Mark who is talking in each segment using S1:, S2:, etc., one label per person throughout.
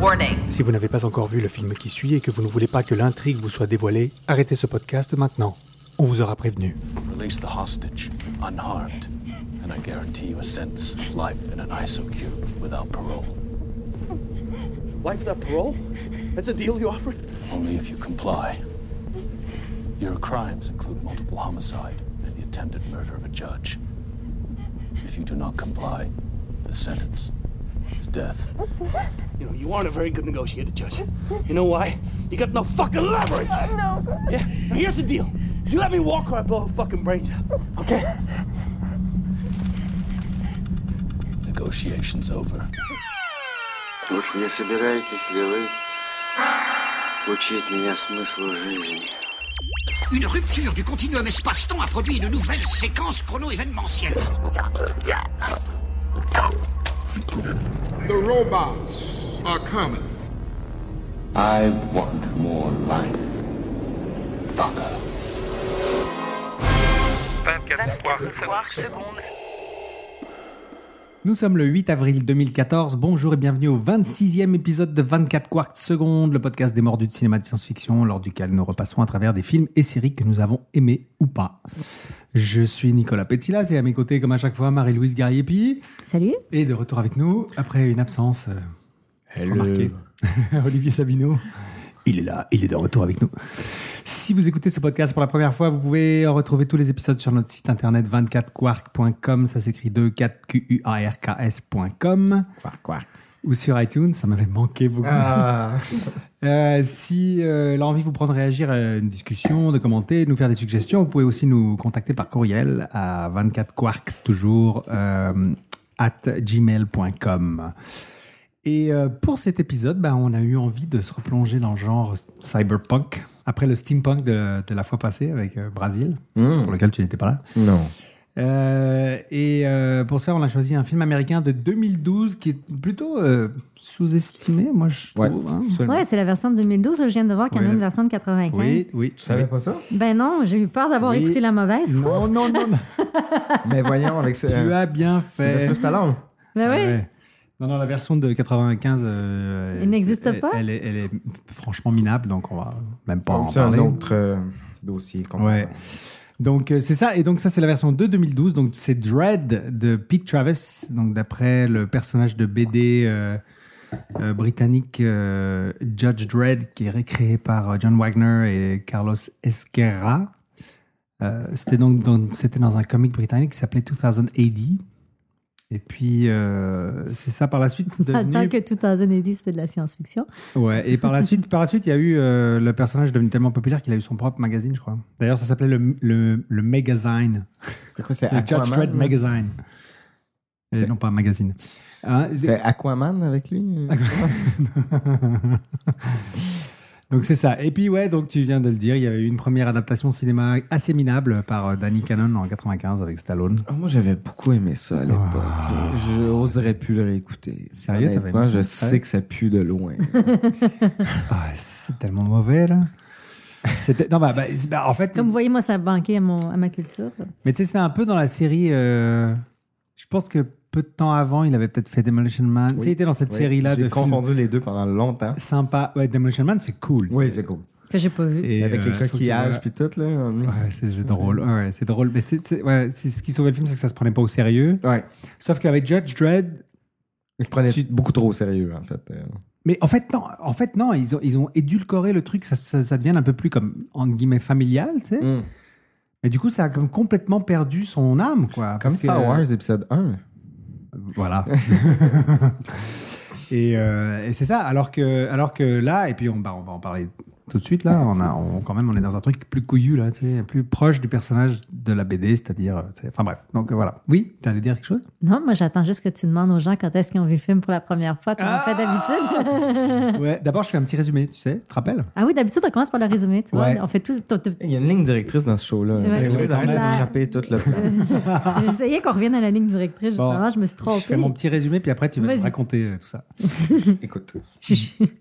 S1: Warning.
S2: Si vous n'avez pas encore vu le film qui suit et que vous ne voulez pas que l'intrigue vous soit dévoilée, arrêtez ce podcast maintenant. On vous aura prévenu.
S3: Release the hostage, unharmed, and I guarantee you a sentence of life in an ISO cube without parole.
S4: Life without parole? That's a deal you offered?
S3: Only if you comply. Your crimes include multiple homicide and the attempted murder of a judge. If you do not comply, the sentence is death.
S4: You know, you aren't a very good negotiator, Judge. You know why? You got no fucking leverage! No. Yeah, now here's the deal. You let me walk or I blow her fucking brains out. Okay?
S3: Negotiations over.
S5: Уж не собираетесь ли вы учить меня смыслу жизни?
S6: Une rupture du continuum espace-temps a produit une nouvelle séquence chrono-événementielle.
S7: The robots are coming.
S8: I want more life. Fucker.
S1: 24 soirs secondes.
S9: Nous sommes le 8 avril 2014. Bonjour et bienvenue au 26e épisode de 24 Quarks Secondes, le podcast des mordus de cinéma de science-fiction, lors duquel nous repassons à travers des films et séries que nous avons aimés ou pas. Je suis Nicolas Pétilas et à mes côtés, comme à chaque fois, Marie-Louise Gariepi
S10: Salut.
S9: est de retour avec nous après une absence euh, remarquée. Olivier Sabino. Il est là, il est de retour avec nous. Si vous écoutez ce podcast pour la première fois, vous pouvez retrouver tous les épisodes sur notre site internet 24quark.com, ça s'écrit 24quarks.com. Quark, quark. Ou sur iTunes, ça m'avait manqué beaucoup. Euh, si euh, l'envie vous prend de réagir à une discussion, de commenter, de nous faire des suggestions, vous pouvez aussi nous contacter par courriel à 24quarks toujours euh, at gmail.com. Et euh, pour cet épisode, bah, on a eu envie de se replonger dans le genre cyberpunk, après le steampunk de, de la fois passée avec euh, Brasil, pour lequel tu n'étais pas là.
S11: Hmm. Non.
S9: Euh, et euh, pour ce faire, on a choisi un film américain de 2012 qui est plutôt euh, sous-estimé, moi je
S11: Ouais.
S9: trouve. hein.
S10: Ouais, c'est la version de 2012. Je viens de voir qu'il y en a
S9: Oui.
S10: une version de 95.
S9: Oui, oui.
S11: Tu savais pas ça?
S10: Ben non, j'ai eu peur d'avoir
S9: Oui.
S10: écouté la mauvaise. Fou.
S9: Non, non, non, non.
S11: Mais voyons, avec ce.
S9: tu
S11: euh,
S9: as bien fait.
S11: Sylvester Stallone.
S10: Ben oui.
S9: Ouais. Non, non, la version de 95, euh,
S10: Elle n'existe
S9: elle-
S10: pas
S9: Elle, est, elle est franchement minable, donc on va même pas en
S11: Comme ça, un
S9: parler.
S11: autre euh, dossier. qu'on-
S9: Ouais. Donc euh, c'est ça, et donc ça c'est la version 2 2012, donc c'est Dread de Pete Travis, donc d'après le personnage de BD euh, euh, britannique euh, Judge Dredd qui est récréé par euh, John Wagner et Carlos Esquerra. Euh, c'était donc dans, c'était dans un comic britannique qui s'appelait 2000 AD. Et puis euh, c'est ça par la suite. c'est
S10: En tant
S9: devenu-
S10: que tout en zone c'était de la science-fiction.
S9: Ouais, et par la suite, par la suite, il y a eu euh, le personnage devenu tellement populaire qu'il a eu son propre magazine, je crois. D'ailleurs, ça s'appelait le, le, le Magazine.
S11: C'est quoi? C'est
S9: Le Judge Dredd
S11: Aquaman? là?
S9: Magazine. Et
S11: C'est-
S9: non pas un magazine. Hein, c'est-
S11: C'était Aquaman avec lui?
S9: donc c'est ça. Et puis ouais, donc tu viens de le dire, il y avait eu une première adaptation cinéma assez minable par euh, Danny Cannon en 95 avec Stallone.
S11: Ah, moi, j'avais beaucoup aimé ça à l'époque.
S9: Ah.
S11: Je je oserais plus le réécouter.
S9: Sérieux, t'avais
S11: Honnêtement,
S9: aimé ça?
S11: je sais que ça pue de loin.
S9: Ah, c'est tellement mauvais là. C'était non bah, bah, c'est- bah, en fait
S10: Comme vous voyez, moi, ça banquait à, mon, à ma culture.
S9: mais tu sais c'était un peu dans la série euh, je pense que peu de temps avant, il avait peut-être fait Demolition Man. Tu sais, il était dans cette
S11: Oui.
S9: série là de
S11: J'ai
S9: films
S11: confondu euh, les deux pendant longtemps.
S9: sympa. Ouais, Demolition Man c'est cool.
S11: Oui, c'est cool.
S10: Que j'ai pas vu.
S9: Et,
S11: avec les
S9: euh, faut que tu vois-
S11: coquillages puis tout, là. on-
S9: Ouais, c'est c'est drôle. Ouais, ouais, c'est drôle. Mais c'est, c'est- ouais, c'est- ce qui sauvait le film, c'est que ça se prenait pas au sérieux.
S11: Ouais.
S9: Sauf qu'avec Judge Dredd,
S11: Je prenais
S9: Tu-
S11: beaucoup trop au sérieux, en fait. euh.
S9: mais en fait non, en fait non, ils ont ils ont édulcoré le truc, ça, ça, ça devient un peu plus comme entre guillemets familial, tu sais.
S11: Mm.
S9: Mais du coup, ça a comme complètement perdu son âme, quoi.
S11: Comme
S9: Parce que-
S11: Star Wars épisode 1.
S9: Voilà. et euh, et c'est ça. Alors que alors que là, et puis on bah, on va en parler tout de suite là. On a on- quand même on est dans un truc plus couillu là, tu sais, plus proche du personnage de la BD, c'est-à-dire, euh, c'est- enfin bref. Donc euh, voilà. Oui, t'allais dire quelque chose.
S10: Non, moi, j'attends juste que tu demandes aux gens quand est-ce qu'ils ont vu le film pour la première fois, comme on fait
S9: Ah!
S10: d'habitude.
S9: Ouais, d'abord, je fais un petit résumé, tu sais, tu te rappelles
S10: ah oui, d'habitude, on commence par le résumé, tu vois.
S9: Ouais.
S10: On fait tout. tout- tout-
S11: Il y a une ligne directrice dans ce show-là.
S10: Ouais,
S11: Les
S10: c'est
S11: gens arrêtent de
S10: clair.
S11: scraper tout le
S10: J'essayais qu'on revienne à la ligne directrice,
S9: Bon,
S10: justement. je me suis
S9: Je fais
S10: trompée.
S9: mon petit résumé, puis après, tu vas me
S10: Vas-y.
S9: raconter euh, tout ça.
S11: Écoute.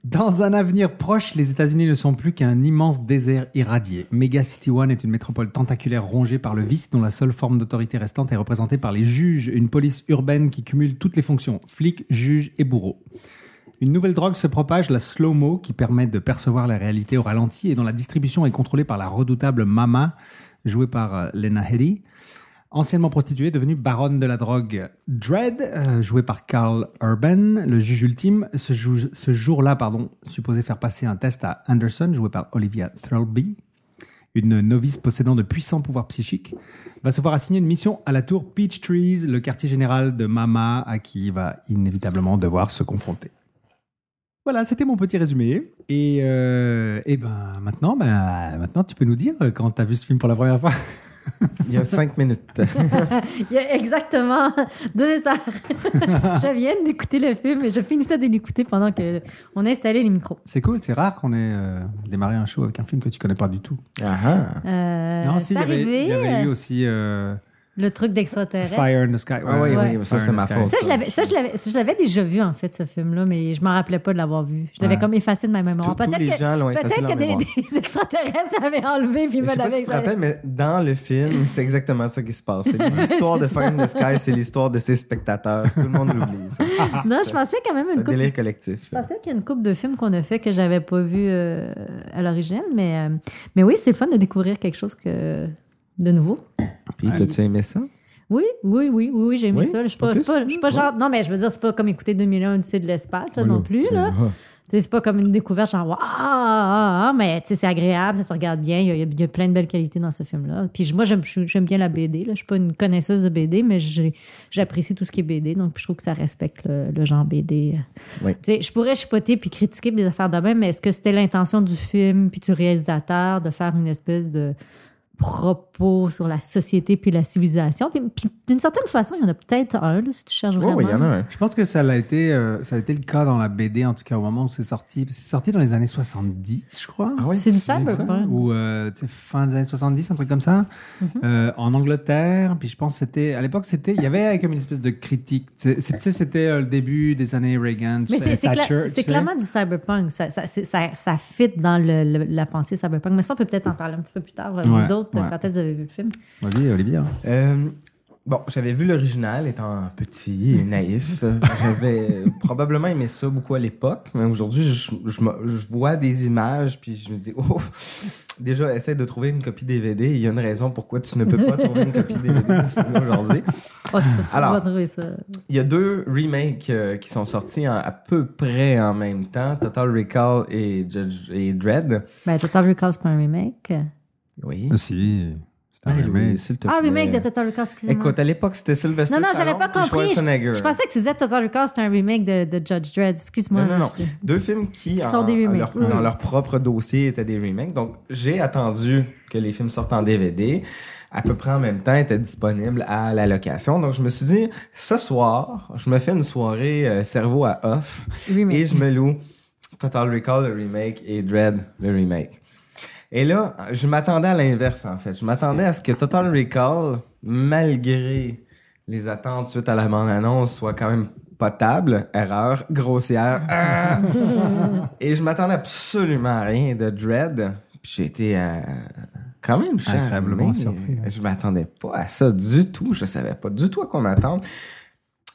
S9: Dans un avenir proche, les États-Unis ne sont plus qu'un immense désert irradié. Mega City One est une métropole tentaculaire rongée par le vice dont la seule forme d'autorité restante est représentée par les juges, une police urbaine qui cumule toutes les fonctions, flics, juges et bourreaux. Une nouvelle drogue se propage, la slow-mo, qui permet de percevoir la réalité au ralenti et dont la distribution est contrôlée par la redoutable Mama, jouée par euh, Lena Headey. Anciennement prostituée, devenue baronne de la drogue Dread, euh, jouée par Carl Urban, le juge ultime, ce, jou- ce jour-là, pardon, supposé faire passer un test à Anderson, joué par Olivia Thirlby, une novice possédant de puissants pouvoirs psychiques, va se voir assigner une mission à la tour Peach Trees, le quartier général de Mama, à qui il va inévitablement devoir se confronter. Voilà, c'était mon petit résumé. Et, euh, et ben maintenant, ben, maintenant, tu peux nous dire euh, quand tu as vu ce film pour la première fois.
S11: Il y a cinq minutes.
S10: Il y a exactement deux heures. je viens d'écouter le film et je finissais de l'écouter pendant que on installait les micros.
S9: C'est cool, c'est rare qu'on ait euh, démarré un show avec un film que tu connais pas du tout.
S10: Euh,
S9: non, si,
S10: c'est
S9: il y avait-
S10: arrivé.
S9: il y avait eu aussi euh,
S10: Le truc d'extraterrestre.
S9: Fire in the Sky.
S11: Ah oui, oui, ça,
S9: Fire
S11: c'est
S9: in the
S11: ma
S9: Sky.
S11: faute.
S10: Ça, je l'avais, ça, je l'avais, ça, je l'avais déjà vu, en fait, ce film-là, mais je m'en rappelais pas de l'avoir vu. Je l'avais
S11: Ouais.
S10: comme effacé de ma mémoire.
S11: Tous- tous
S10: Peut-être
S11: les
S10: que,
S11: gens l'ont effacé de
S10: peut-être
S11: leur
S10: que des,
S11: mémoire.
S10: des extraterrestres l'avaient enlevé, puis ils
S11: Je
S10: me
S11: sais pas
S10: l'avaient
S11: si tu te rappelles, mais dans le film, c'est exactement ça qui se passe. C'est L'histoire de
S10: C'est
S11: Fire
S10: ça.
S11: in the Sky, c'est l'histoire de ses spectateurs. Tout le monde l'oublie. ça.
S10: Non, je pensais quand même
S11: C'est un
S10: une coupe. Ah,
S11: délire collectif.
S10: Je pensais qu'il y a une coupe de films qu'on a fait que j'avais pas vu euh, à l'origine, mais, euh, mais oui, c'est le fun de découvrir quelque chose que, de nouveau.
S11: Puis, t'as-tu aimé ça?
S10: Oui, oui, oui, oui, oui, j'ai aimé
S11: Oui,
S10: ça. Je suis
S11: en
S10: pas,
S11: plus.
S10: je suis pas, je suis pas
S11: Ouais.
S10: genre. Non, mais je veux dire, c'est pas comme écouter 2001 Odyssée de l'espace, là, non plus, là. Tu sais, C'est pas comme une découverte, genre, waouh, ah, ah, mais tu sais, c'est agréable, ça se regarde bien, il y, a- il y a plein de belles qualités dans ce film-là. Puis je- moi, j'aime, je- j'aime bien la BD, là. Je suis pas une connaisseuse de BD, mais j'ai- j'apprécie tout ce qui est BD, donc je trouve que ça respecte le, le genre euh, BD.
S11: Oui.
S10: Tu sais, je pourrais chipoter puis critiquer des affaires de même, mais est-ce que c'était l'intention du film puis du réalisateur de faire une espèce de propos sur la société puis la civilisation? Puis, puis d'une certaine façon, il y en a peut-être un, là, si tu cherches
S11: Oh,
S10: vraiment.
S11: il y en a un.
S9: Je pense que ça l'a été, euh, ça a été le cas dans la BD, en tout cas au moment où c'est sorti. C'est sorti dans les années 70, je crois.
S11: Ah ouais,
S10: C'est du
S11: bien
S10: sable,
S11: ça.
S10: quoi.
S9: Ou euh, tu sais, fin des années 70, un truc comme ça,
S10: Mhm.
S9: Euh, en Angleterre. Puis je pense que c'était, à l'époque, c'était, il y avait comme une espèce de critique. Tu sais, c'est- tu sais, c'était euh, le début des années Reagan. tu
S10: Mais
S9: sais,
S10: c'est- c'est cla-
S9: Thatcher, tu
S10: c'est
S9: sais.
S10: clairement du cyberpunk. Ça, ça, c'est- ça, ça fit dans le- le- la pensée cyberpunk. Mais ça, on peut peut-être en parler un petit peu plus tard.
S9: Ouais,
S10: vous autres,
S9: ouais.
S10: quand est-ce que vous avez vu le film?
S9: Vas-y, Olivier.
S11: Euh, bon, j'avais vu l'original étant petit et naïf. Euh, j'avais probablement aimé ça beaucoup à l'époque, mais aujourd'hui, je, je me- je vois des images puis je me dis, oh, déjà, essaie de trouver une copie DVD. Il y a une raison pourquoi tu ne peux pas trouver une copie DVD de ce film-là aujourd'hui.
S10: Oh, tu peux sûrement
S11: Alors.
S10: trouver ça.
S11: Il y a deux remakes euh, qui sont sortis en- à peu près en même temps, Total Recall et, Judge, et Dread.
S10: Ben, Total Recall, c'est pas un remake.
S11: Oui.
S9: Ah, Si, c'est un
S11: mais
S9: remake.
S11: s'il te
S10: Ah,
S11: plaît.
S10: remake de Total Recall, excusez-moi.
S11: euh, Écoute, à l'époque, c'était Sylvester
S10: non, non, j'avais
S11: Stallone
S10: pas
S11: puis
S10: compris. Je,
S11: Schwarzenegger.
S10: je pensais que c'était Total Recall, c'était un remake de, de Judge Dredd. Excuse-moi.
S11: Non, non,
S10: là,
S11: non.
S10: je-
S11: Deux films qui,
S10: sont
S11: en-
S10: des
S11: en
S10: remakes.
S11: leur- dans
S10: Mm.
S11: leur propre dossier, étaient des remakes. Donc, j'ai attendu que les films sortent en DVD. À peu près en même temps, étaient disponibles à la location. Donc, je me suis dit, ce soir, je me fais une soirée euh, cerveau à off
S10: Remake.
S11: et je me loue Total Recall, le remake, et Dread, le remake. Et là, je m'attendais à l'inverse, en fait. Je m'attendais à ce que Total Recall, malgré les attentes suite à la bande-annonce, soit quand même potable, erreur, grossière. ah! Et je m'attendais absolument à rien de Dread. Puis j'ai été euh, quand même
S9: Agréablement
S11: charmé.
S9: surpris, hein. ouais.
S11: Je m'attendais pas à ça du tout. Je savais pas du tout à quoi m'attendre.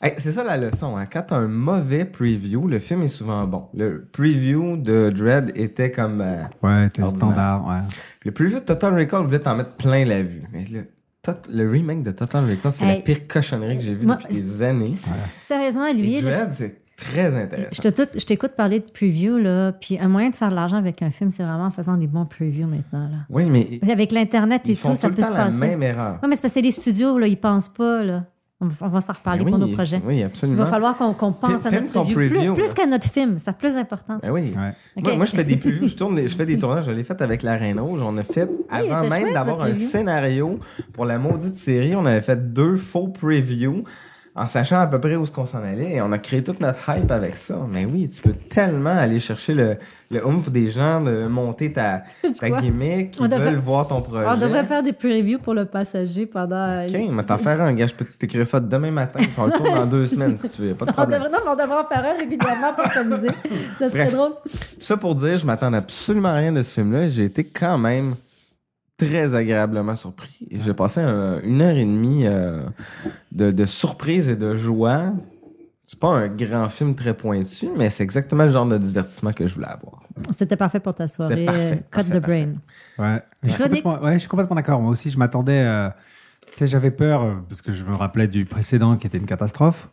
S11: Hey, c'est ça la leçon. Hein? Quand t'as un mauvais preview, le film est souvent bon. Le preview de Dread était comme... euh,
S9: Ouais, t'es
S11: Ordinaire.
S9: standard, ouais.
S11: le preview de Total Recall voulait t'en mettre plein la vue. Mais le, tot- le remake de Total Recall, c'est
S10: Hey.
S11: la pire cochonnerie que j'ai vue
S10: Moi,
S11: depuis des années.
S10: S- Sérieusement,
S11: Et
S10: Olivier, là, je-
S11: Dread, c'est très intéressant.
S10: Je te tout- je t'écoute parler de preview, là. Puis un moyen de faire de l'argent avec un film, c'est vraiment en faisant des bons previews maintenant, là.
S11: Oui, mais
S10: Avec l'Internet et
S11: ils font
S10: tout, ça
S11: tout
S10: peut
S11: le
S10: se
S11: temps la
S10: passer.
S11: même erreur.
S10: Oui, mais c'est parce que les studios, là, ils pensent pas, là. On va, on va s'en reparler
S11: Mais
S10: pour
S11: Ben oui,
S10: nos projets.
S11: Oui,
S10: Il
S11: absolument.
S10: va falloir qu'on qu'on pense à
S11: Pimp
S10: notre
S11: ton
S10: preview. Plus-
S11: preview,
S10: plus,
S11: là.
S10: qu'à notre film. C'est plus important. ça.
S11: Ben oui.
S9: Ouais.
S11: Moi,
S10: Ok.
S11: moi, je fais des previews, je tourne, des- je fais des tournages, je l'ai fait avec la Reine Rouge. On a fait, avant
S10: était
S11: même
S10: chouette,
S11: d'avoir
S10: votre
S11: un
S10: preview.
S11: scénario pour la maudite série, on avait fait deux faux previews en sachant à peu près où ce qu'on s'en allait et on a créé toute notre hype avec ça. Mais oui, tu peux tellement aller chercher le, le oomph des gens, de monter ta, ta
S10: vois?
S11: gimmick,
S10: On
S11: ils
S10: devrait-
S11: veulent voir ton projet.
S10: On devrait faire des previews pour le passager pendant. euh,
S11: Ok, mais t'en faire un, gars, je peux t'écrire ça demain matin, puis on le tourne dans deux semaines si tu veux, pas de
S10: On
S11: problème.
S10: devrait, non, mais on devrait en faire un régulièrement pour s'amuser. Ça serait
S11: Bref.
S10: drôle.
S11: Tout ça pour dire, je m'attendais absolument à rien de ce film-là. J'ai été quand même très agréablement surpris. Et J'ai passé un- une heure et demie euh, de, de surprise et de joie C'est pas un grand film très pointu, mais c'est exactement le genre de divertissement que je voulais avoir.
S10: C'était parfait pour ta soirée.
S11: C'est parfait,
S10: euh, Cut
S11: parfait,
S10: the brain.
S9: Ouais. Je suis
S10: Toi, Nick?
S9: complètement- ouais, je suis complètement d'accord. Moi aussi, je m'attendais. euh, tu sais, j'avais peur euh, parce que je me rappelais du précédent qui était une catastrophe.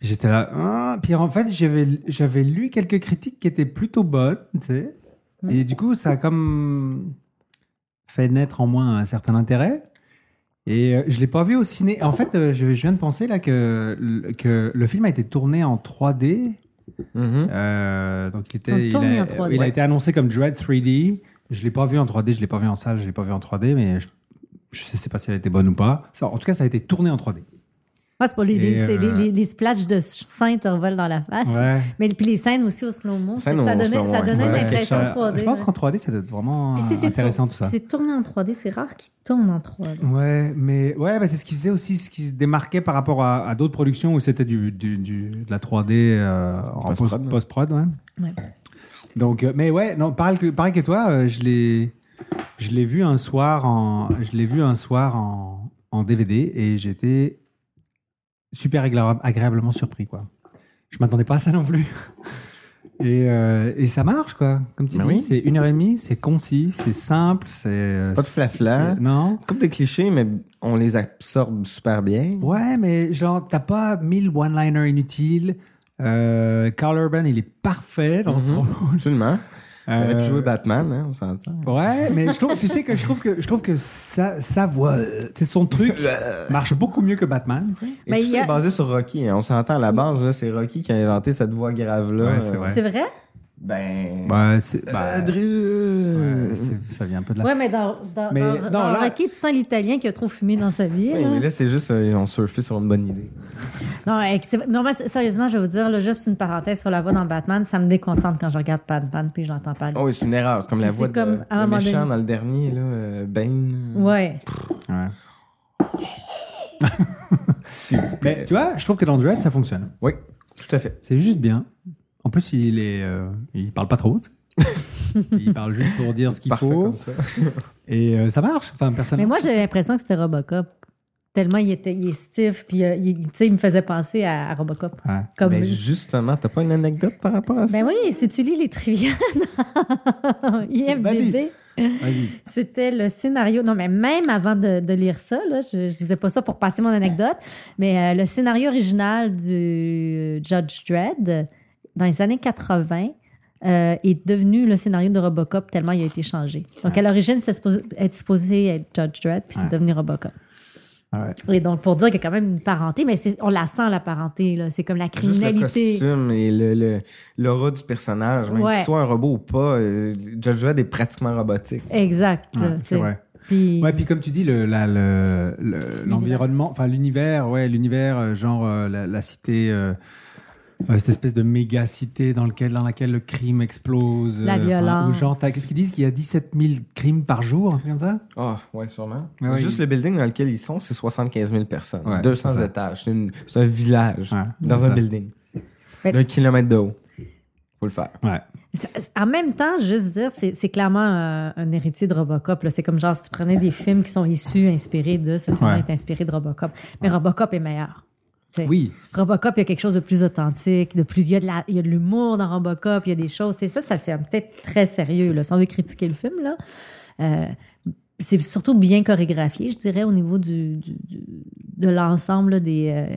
S9: J'étais là. Ah. Puis en fait, j'avais j'avais lu quelques critiques qui étaient plutôt bonnes, tu sais. Et du coup, ça a comme fait naître en moi un certain intérêt. Et euh, je l'ai pas vu au ciné. En fait, euh, je, je viens de penser là que, le- que le film a été tourné en 3D. Euh, donc il était,
S10: Donc,
S9: il,
S10: tourné
S9: a,
S10: en 3D.
S9: il a été annoncé comme Dread 3D. Je l'ai pas vu en 3D, je l'ai pas vu en salle, je l'ai pas vu en 3D, mais je, je sais pas si elle était bonne ou pas. Ça, en tout cas, ça a été tourné en 3D.
S10: Ah, c'est pas les, les,
S9: Et,
S10: c'est les-
S9: euh,
S10: les- les splashes de saints te revolent dans la face.
S9: Ouais.
S10: Mais puis les scènes aussi au slow-mo, ça,
S9: Scène au
S10: ça donnait,
S9: slow-mo,
S10: ça
S9: ouais.
S10: donnait
S9: Ouais.
S10: une impression
S9: Ça-
S10: 3D.
S9: Je pense
S10: ouais.
S9: qu'en 3D, ça doit être vraiment
S10: Puis si c'est
S9: intéressant
S10: tour-
S9: tout ça.
S10: C'est tourné en 3D, c'est rare qu'il tourne en 3D.
S9: Ouais, mais ouais, bah, c'est ce qui faisait aussi, ce qui se démarquait par rapport à, à d'autres productions où c'était du, du- du- de la 3D euh, en
S11: Post-prod,
S9: post- post-prod. ouais.
S10: Ouais.
S9: Donc, euh, mais ouais, non, pareil que, pareil que toi, euh, je l'ai, je l'ai vu un soir en, je l'ai vu un soir en, en DVD et j'étais super agréable- agréablement surpris, quoi. Je m'attendais pas à ça non plus. Et, euh, et ça marche, quoi. Comme tu
S11: Ben
S9: dis,
S11: oui.
S9: c'est une heure et demie, c'est concis, c'est simple, c'est. euh,
S11: Pas de flafla.
S9: c'est- Non.
S11: Comme des clichés, mais on les absorbe super bien.
S9: Ouais, mais genre, t'as pas 1000 one-liners inutiles. Euh, Carl Urban, il est parfait dans son rôle.
S11: Absolument. Mhm. Il aurait pu
S9: Euh,
S11: jouer Batman, hein, on s'entend.
S9: Ouais, mais je trouve, tu sais que je trouve que je trouve que sa, sa voix, euh, c'est son truc, marche beaucoup mieux que Batman. tu sais.
S11: Et
S10: Mais
S11: tout
S10: il y
S11: ça
S10: a-
S11: est basé sur Rocky. hein. On s'entend à la base, là, c'est Rocky qui a inventé cette voix grave-là.
S9: Ouais, c'est
S11: Euh,
S9: vrai.
S10: C'est vrai?
S11: Ben.
S9: Bah, c'est, bah,
S11: Adrien.
S9: ouais, Euh, c'est- ça vient un peu de la.
S10: Ouais, mais dans, dans,
S9: Mais
S10: dans,
S9: non,
S10: dans
S9: là-
S10: Rocky, tu sens l'italien qui a trop fumé dans sa vie.
S11: Oui,
S10: là.
S11: mais là, c'est juste, euh, on surfait sur une bonne idée.
S10: Non, hey, que c'est- non, mais s- sérieusement, je vais vous dire, là, juste une parenthèse sur la voix dans Batman, ça me déconcentre quand je regarde Batman puis je l'entends parler.
S11: Oh, oui, c'est une erreur. C'est comme
S10: C'est-
S11: la
S10: c'est
S11: voix de,
S10: comme,
S11: le
S10: à un moment
S11: méchant
S10: donné-
S11: dans le dernier, là, euh, Bane.
S10: Ouais.
S9: Ouais.
S11: S'il vous plaît.
S9: Mais tu vois, je trouve que dans Dread, ça fonctionne.
S11: Oui, tout à fait.
S9: C'est juste bien. En plus, il est, euh, il parle pas trop. tu sais. il parle juste pour dire ce qu'il
S11: Parfait
S9: faut.
S11: comme ça.
S9: Et euh, ça marche. Enfin, personne.
S10: Mais moi, j'ai l'impression que c'était Robocop. Tellement il était il est stiff, puis euh, il, tu sais, il me faisait penser à, à Robocop.
S9: Ouais.
S10: Comme,
S11: Ben, justement, t'as pas une anecdote par rapport à ça?
S10: Ben oui, si tu lis les trivia dans IMDB,
S9: Vas-y.
S10: c'était le scénario. Non, mais même avant de, de lire ça, là, je, je disais pas ça pour passer mon anecdote, mais euh, le scénario original du Judge Dredd dans les années 80 euh, est devenu le scénario de Robocop tellement il a été changé. Donc à l'origine, c'était supposé- être supposé être Judge Dredd, puis c'est
S9: Ouais.
S10: devenu Robocop.
S9: Ouais.
S10: Et donc pour dire qu'il y a quand même une parenté, mais c'est- on la sent la parenté, là. c'est comme la
S11: Juste le
S10: Ben, criminalité.
S11: costume et le- le- l'aura du personnage, même
S10: Ouais.
S11: qu'il soit un robot ou pas, euh, Judge Dredd est pratiquement robotique.
S10: Exact.
S9: Ouais,
S10: là, tu
S9: c'est
S10: sais.
S9: vrai.
S10: Puis-
S9: Ouais, puis comme tu dis, le- la- le- le- l'environnement, enfin l'univers, ouais, l'univers, euh, genre euh, la, la cité, euh, euh, cette espèce de méga cité dans, lequel, dans laquelle le crime explose. euh,
S10: La
S9: enfin,
S10: violence.
S9: Ou genre, t'as- qu'est-ce qu'ils disent Qu'il y a 17 000 crimes par jour, un truc comme ça
S11: Ah, ouais, sûrement.
S9: Ouais, ouais,
S11: Juste
S9: il-
S11: le building dans lequel ils sont, c'est 75 000 personnes.
S9: Ouais,
S11: 200
S9: c'est ça.
S11: étages. C'est une- c'est un village
S9: Ouais,
S11: dans
S9: c'est
S11: un
S9: ça.
S11: building.
S10: Mais-
S11: D'un kilomètre de haut. Faut le faire.
S9: Ouais.
S10: Ça- En même temps, juste dire, c'est c'est clairement un, un héritier de Robocop. là. C'est comme genre si tu prenais des films qui sont issus, inspirés de ce film
S9: Ouais.
S10: est inspiré de Robocop. Mais Robocop est meilleur. Tu sais,
S9: Oui.
S10: Robocop, il y a quelque chose de plus authentique, de plus. Il y a de la- il y a de l'humour dans Robocop, il y a des choses. C'est ça, ça c'est peut-être très sérieux. Là. Si on veut critiquer le film, là, euh, c'est surtout bien chorégraphié, je dirais, au niveau du, du- du- de l'ensemble là, des. euh,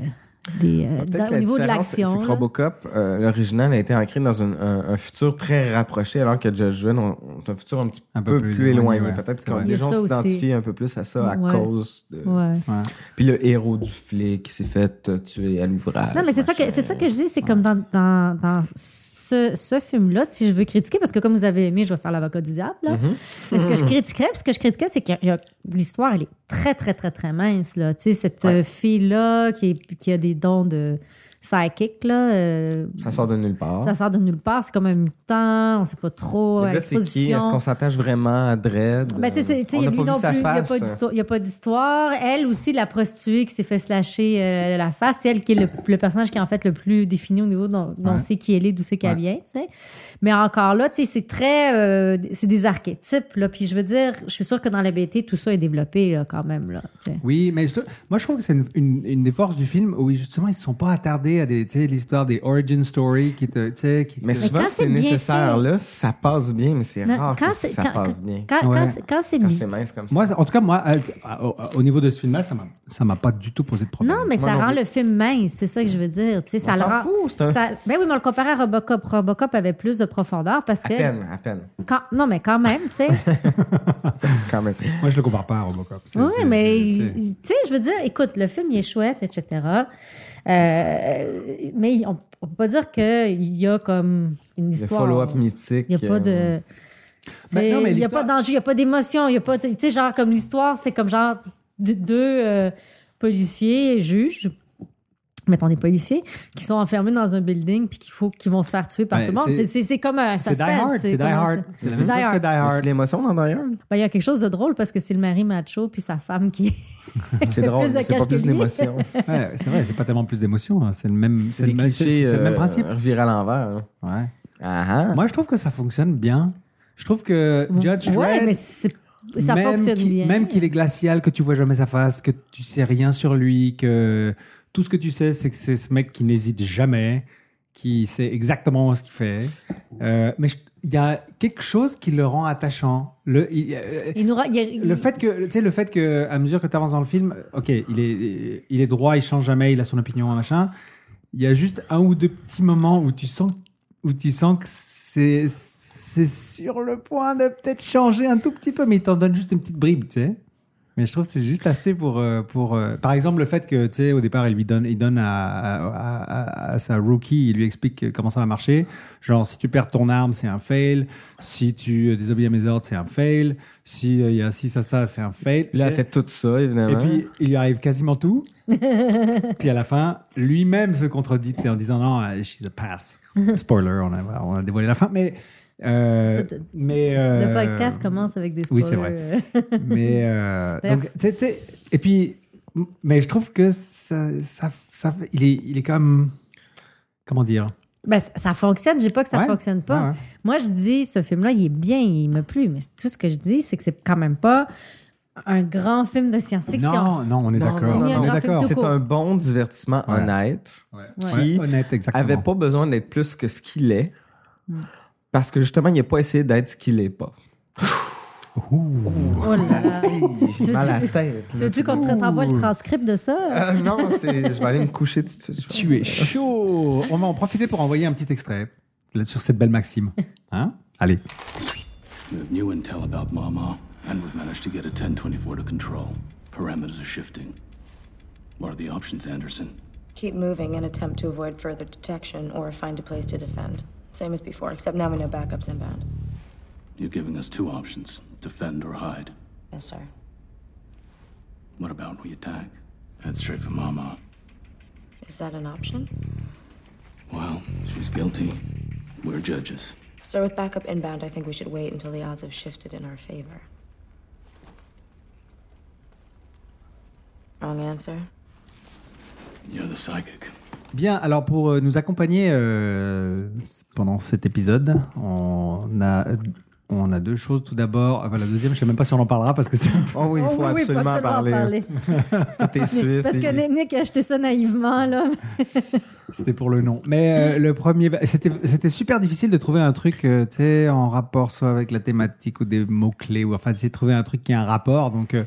S10: des euh,
S11: Ah, Peut-être
S10: dans-
S11: que
S10: au
S11: la
S10: niveau de
S11: différence,
S10: l'action.
S11: C'est que
S10: là.
S11: Robocop, euh, l'original, a été ancré dans un, un- un futur très rapproché, alors que Judge Dredd, on, on a un futur un petit
S9: Un peu
S11: peu,
S9: plus
S11: plus,
S9: éloigné,
S11: éloigné.
S9: ouais.
S11: Peut-être
S9: C'est vrai.
S11: que
S10: Il y a
S11: les gens
S10: ça aussi.
S11: s'identifient un peu plus à ça à
S10: Ouais.
S11: cause de...
S10: Ouais.
S9: Ouais.
S11: Puis le héros du flic qui s'est fait euh, tuer à l'ouvrage.
S10: Non, mais c'est ça, que,
S11: machin.
S10: c'est ça que je dis, c'est comme dans, dans, dans ce, ce film-là, si je veux critiquer, parce que comme vous avez aimé, je vais faire l'avocat du diable. Là.
S11: Mm-hmm.
S10: Mais ce que je critiquerais, puis ce que je critiquais, c'est que l'histoire, elle est très, très, très, très mince. Là. Tu sais, cette
S11: Ouais.
S10: euh, fille-là qui, est- qui a des dons de psychic, là, euh,
S11: Ça sort de nulle part.
S10: ça sort de nulle part, c'est comme un mutant, on sait pas trop.
S11: Le
S10: à
S11: gars, c'est qui?
S10: l'exposition.
S11: Est-ce qu'on s'attache vraiment à Dredd?
S10: Ben, tu sais, c'est- tu
S11: On
S10: sais,
S11: n'a
S10: lui
S11: pas vu
S10: non
S11: sa
S10: plus, il n'y a
S11: face. hein.
S10: pas d'histo- il y a pas d'histoire. Elle aussi, la prostituée qui s'est fait slasher euh, la face, c'est elle qui est le, le personnage qui est en fait le plus défini au niveau dont dont on
S9: Ouais.
S10: sait qui elle est, d'où c'est qu'elle
S9: Ouais.
S10: vient, tu sais. Mais encore là, tu sais, c'est très... euh, c'est des archétypes, là. Puis je veux dire, je suis sûre que dans la BT, tout ça est développé, là, quand même, là, tu sais.
S9: Oui, mais je- moi je trouve que c'est une, une- une des forces du film où justement ils ne se sont pas attardés penser à des, tu sais, l'histoire des origin story qui te, tu sais, qui te-
S11: Mais souvent,
S10: quand
S11: c'est
S10: c'est bien
S11: nécessaire,
S10: fait-
S11: là, ça passe bien, mais c'est
S10: Non,
S11: rare
S10: quand
S11: que
S10: c'est-
S11: Ah, ça
S10: quand-
S11: passe
S10: quand-
S11: bien.
S10: quand- quand
S11: Ouais.
S10: c'est- quand c'est
S11: Quand
S10: mis.
S11: c'est mince comme ça.
S9: Moi, en tout cas, moi, à- au, au niveau de ce film-là, ça m'a- ça m'a pas du tout posé de problème.
S10: Non, mais
S11: ben, Moi
S10: ça
S11: non
S10: rend
S11: plus.
S10: le film mince, c'est ça que je veux dire. Tu sais, ça
S11: On
S10: le
S11: s'en
S10: rend.
S11: fout, c'est un-
S10: ça- Ben oui, mais on le compare à Robocop. Robocop avait plus de profondeur parce
S11: À
S10: que.
S11: peine, à peine.
S10: Quand... Non, mais quand même, tu sais.
S11: Quand même.
S9: Moi, je le compare pas à Robocop. C'est-
S10: Oui,
S9: c'est-
S10: mais
S9: c'est-
S10: tu sais, je veux dire, écoute, le film il est chouette, etc. Euh, mais on, on peut pas dire qu'il y a comme une
S11: Le
S10: histoire.
S11: follow-up mythique.
S10: Il n'y a pas
S11: euh,
S10: de. c'est-
S9: Ben non, mais
S10: il n'y a
S9: l'histoire-
S10: pas d'enjeu, il n'y a pas d'émotion, il n'y a pas. Tu sais, genre, comme l'histoire, c'est comme genre de- deux euh, policiers, juges, mettons des policiers, qui sont enfermés dans un building puis qu'il faut qu'ils vont se faire tuer par
S9: Ouais,
S10: tout le monde.
S9: Ben, c'est-
S10: C'est- C'est c'est comme un
S9: C'est Die
S10: suspense.
S9: Hard, c'est Die
S10: comme un-
S9: Hard. C'est la
S10: c'est
S9: même
S10: Die
S9: chose que
S10: Hard.
S9: Die
S11: y a-tu
S9: Hard.
S11: de l'émotion dans D'ailleurs?
S10: Ben, il y a quelque chose de drôle parce que c'est le mari macho puis sa femme qui.
S11: C'est
S10: fait
S11: drôle,
S10: plus de
S11: mais c'est
S10: cash
S11: pas
S10: que
S11: plus
S10: lui.
S11: d'émotion.
S9: Ouais, c'est vrai, c'est pas tellement plus d'émotion. hein. C'est le même, c'est
S11: C'est
S9: le
S11: des
S9: même, c'est-
S11: clichés
S9: c'est le même
S11: euh,
S9: principe.
S11: revirés à l'envers. là.
S9: Ouais.
S11: Ah ah.
S9: Moi, je trouve que ça fonctionne bien. Je trouve que Judge
S10: Ouais,
S9: Dredd,
S10: mais c'est- ça
S9: même
S10: fonctionne
S9: qu'il-
S10: bien.
S9: Même qu'il est glacial, que tu vois jamais sa face, que tu sais rien sur lui, que tout ce que tu sais, c'est que c'est ce mec qui n'hésite jamais, qui sait exactement ce qu'il fait. Euh, mais je- il y a quelque chose qui le rend attachant. Le, il- euh,
S10: Il nous ra- il- il-
S9: le fait que tu sais le fait que à mesure que tu avances dans le film euh, ok il est il est droit il change jamais il a son opinion machin il y a juste un ou deux petits moments où tu sens où tu sens que c'est c'est sur le point de peut-être changer un tout petit peu mais il t'en donne juste une petite bribe tu sais mais je trouve que c'est juste assez pour euh, pour euh, par exemple le fait que tu sais au départ il lui donne il donne à, à- à- à sa rookie il lui explique comment ça va marcher genre si tu perds ton arme c'est un fail si tu euh, désobéis à mes ordres c'est un fail si euh, il y a si ça ça c'est un fail
S11: Là, elle fait tout ça,
S9: et
S11: évidemment.
S9: puis il lui arrive quasiment tout puis à la fin lui-même se contredit tu sais, en disant non euh, she's a pass spoiler on a on a dévoilé la fin mais euh,
S10: C'est-
S9: mais euh,
S10: Le podcast commence avec des
S9: oui,
S10: spoilers.
S9: c'est vrai. mais euh,
S10: Bref.
S9: donc, tu sais- tu sais, et puis, m- mais je trouve que ça, ça, ça fait- il, est, il est comme, comment dire, Ah
S10: Ben, ça- ça fonctionne, je dis pas que ça
S9: Ouais.
S10: fonctionne pas.
S9: Ouais, ouais.
S10: Moi, je dis, ce film-là, il est bien, il me plu, mais tout ce que je dis, c'est que c'est quand même pas un grand film de science-fiction.
S9: non, non, on est
S10: Ah,
S11: Non,
S9: d'accord,
S11: non, Il y a un
S9: on est
S10: graphique
S9: d'accord,
S10: tout
S11: C'est
S10: court.
S11: un bon divertissement
S9: Ouais.
S11: honnête.
S9: Ouais.
S11: Qui
S9: Ouais, honnête, exactement,
S11: avait pas besoin d'être plus que ce qu'il est.
S10: Mm.
S11: Parce que justement, il n'a pas essayé d'être ce qu'il n'est pas.
S10: Oh là là.
S11: J'ai mal à la
S10: veux-tu-
S11: tête.
S10: Tu
S11: là.
S10: veux-tu qu'on te t'envoie le transcript de ça?
S11: Euh, non, c'est- je vais aller me coucher tout de suite. je pense.
S9: Tu es chaud. On va en profiter pour envoyer un petit extrait là, sur cette belle maxime, hein Allez.
S3: We have new intel about Mama, and we've managed to get a 1024 to control. Parameters are shifting. What are the options, Anderson?
S12: Keep moving and attempt to avoid further detection or find a place to defend. Same as before, except now we know backup's inbound.
S3: You're giving us two options defend or hide.
S12: Yes, sir.
S3: What about we attack? Head straight for Mama.
S12: Is that an option?
S3: Well, she's guilty. We're judges.
S12: Sir, with backup inbound, I think we should wait until the odds have shifted in our favor. Wrong answer?
S3: You're the psychic.
S9: Bien, alors pour euh, nous accompagner euh, pendant cet épisode, on a, on a deux choses. Tout d'abord, ah bah, la deuxième, je sais même pas si on en parlera parce que c'est
S11: Oh oui, il
S10: Oh
S11: faut
S10: oui, oui,
S11: absolument,
S10: en
S11: parler. T'es suisse.
S10: Parce
S11: et-
S10: que Nick a acheté ça naïvement, là.
S9: C'était pour le nom. Mais euh, le premier, c'était c'était super difficile de trouver un truc, euh, tu sais, en rapport soit avec la thématique ou des mots clés ou enfin d'essayer de trouver un truc qui a un rapport. Donc euh,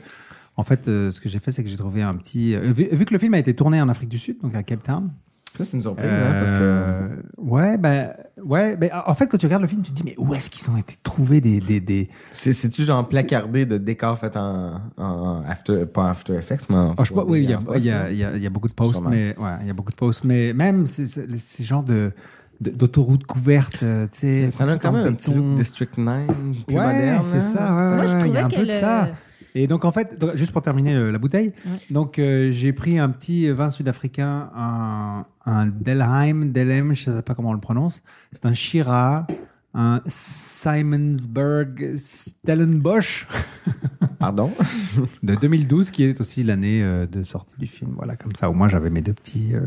S9: en fait, euh, ce que j'ai fait, c'est que j'ai trouvé un petit. euh, vu, vu que le film a été tourné en Afrique du Sud, donc à Cape Town.
S11: Ça, c'est une surprise, hein, parce que.
S9: euh, Ouais, ben ouais, ben, en fait, quand tu regardes le film, tu te dis mais où est-ce qu'ils ont été trouvés des des, des...
S11: C'est- C'est-tu genre placardé de décors faits en, en After, pas After Effects, mais en.
S9: Oh, je sais pas, oui, il y a,
S11: en
S9: il y a-
S11: hein.
S9: il y a- il y a beaucoup de posts,
S11: Sûrement.
S9: mais ouais, il y a beaucoup de posts, mais même ces, ces- ces genres de de- d'autoroutes couvertes, euh, tu sais,
S11: Ça a quand
S9: en
S11: même un
S9: béton.
S11: petit look District 9, plus
S9: ouais,
S11: moderne.
S9: c'est
S11: hein.
S9: ça. ouais,
S10: Moi, je
S9: ouais, il y
S10: trouvais euh,
S9: a un
S10: que
S9: peu de
S10: le-
S9: ça. Et donc, en fait, donc, juste pour terminer euh, la bouteille, donc euh, j'ai pris un petit vin sud-africain, un, un Delheim, Delhem, je ne sais pas comment on le prononce. C'est un Shiraz, un Simonsberg Stellenbosch
S11: Pardon?
S9: de 2012, qui est aussi l'année euh, de sortie du film. Voilà, comme ça, au moins, j'avais mes deux petits. euh,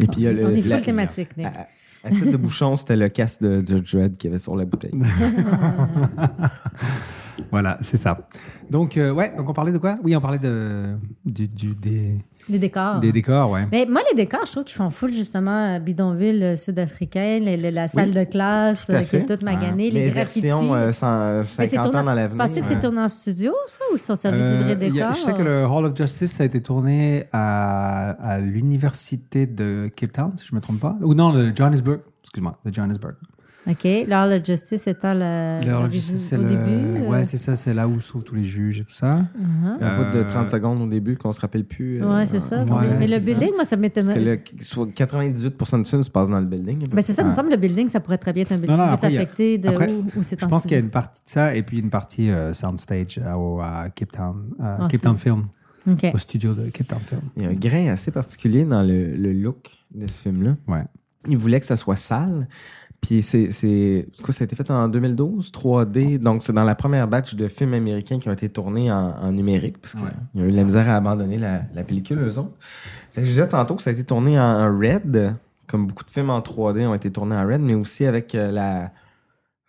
S11: Et puis il y a le.
S10: On est
S11: la-
S10: full thématique, Nick.
S11: À, à titre ah, de bouchon, c'était le casque de Judge Dredd qu'il y avait sur la bouteille.
S9: Voilà, c'est ça. Donc, euh, ouais, donc on parlait de quoi Oui, on parlait de, du, du- des,
S10: Des décors.
S9: Des décors, ouais.
S10: Ah. Mais Ben, moi, les décors, je trouve qu'ils font full, justement, bidonville euh, sud-africain, le- le- la salle de classe
S11: Tout à
S10: euh, qui
S11: fait.
S10: est toute maganée, les
S11: Mais
S10: graffitis.
S11: version euh, cent-
S10: Mais c'est
S11: 50
S10: tourné-
S11: ans dans l'avenir.
S10: Penses-tu que c'est tourné en studio, ça, ou ils sont servis du vrai
S9: Euh, il y a-
S10: décor?
S9: Je sais que le Hall of Justice ça a été tourné à, à l'université de Cape Town, si je ne me trompe pas. Ou non, de Johannesburg. Excuse-moi, de Johannesburg.
S10: OK. L'heure de justice étant le,
S9: Le Hall of
S10: l'origine-
S9: Justice, c'est
S10: Euh, au
S9: le-
S10: début. euh,
S9: Ouais, c'est ça, c'est là où se trouvent tous les juges et tout ça.
S10: Mhm.
S11: Un bout de 30
S9: Euh,
S11: secondes au début qu'on se rappelle plus. euh,
S10: Ouais, c'est ça.
S11: ouais,
S10: mais le
S11: c'est
S10: building,
S11: ça.
S10: moi, ça
S11: Parce que
S10: m'étonnerait.
S11: le- soit 98% du film se passe dans le building.
S10: Ben, c'est ça, il me semble, le building, ça pourrait très bien être un building
S9: Ah. Non, non, après, il y a-
S10: désaffecté de
S9: après,
S10: où, où c'est
S9: Je
S10: en
S9: pense qu'il y a
S10: studio.
S9: une partie de ça et puis une partie euh, soundstage à, au- à Cape Town, à
S10: Ah,
S9: Cape
S10: c'est-
S9: Town Film,
S10: OK.
S9: au studio de Cape Town Film.
S11: Il y a un grain assez particulier dans le, le look de ce film-là.
S9: Ouais.
S11: Il voulait que ça soit sale. Puis c'est. c'est- c'est quoi, ça a été fait en 2012, 3D. Donc c'est dans la première batch de films américains qui ont été tournés en, en numérique, parce qu'ils ont eu de la misère à abandonner la, la pellicule, eux autres. Fait que je disais tantôt que ça a été tourné en, en red, comme beaucoup de films en 3D ont été tournés en red, mais aussi avec euh, la.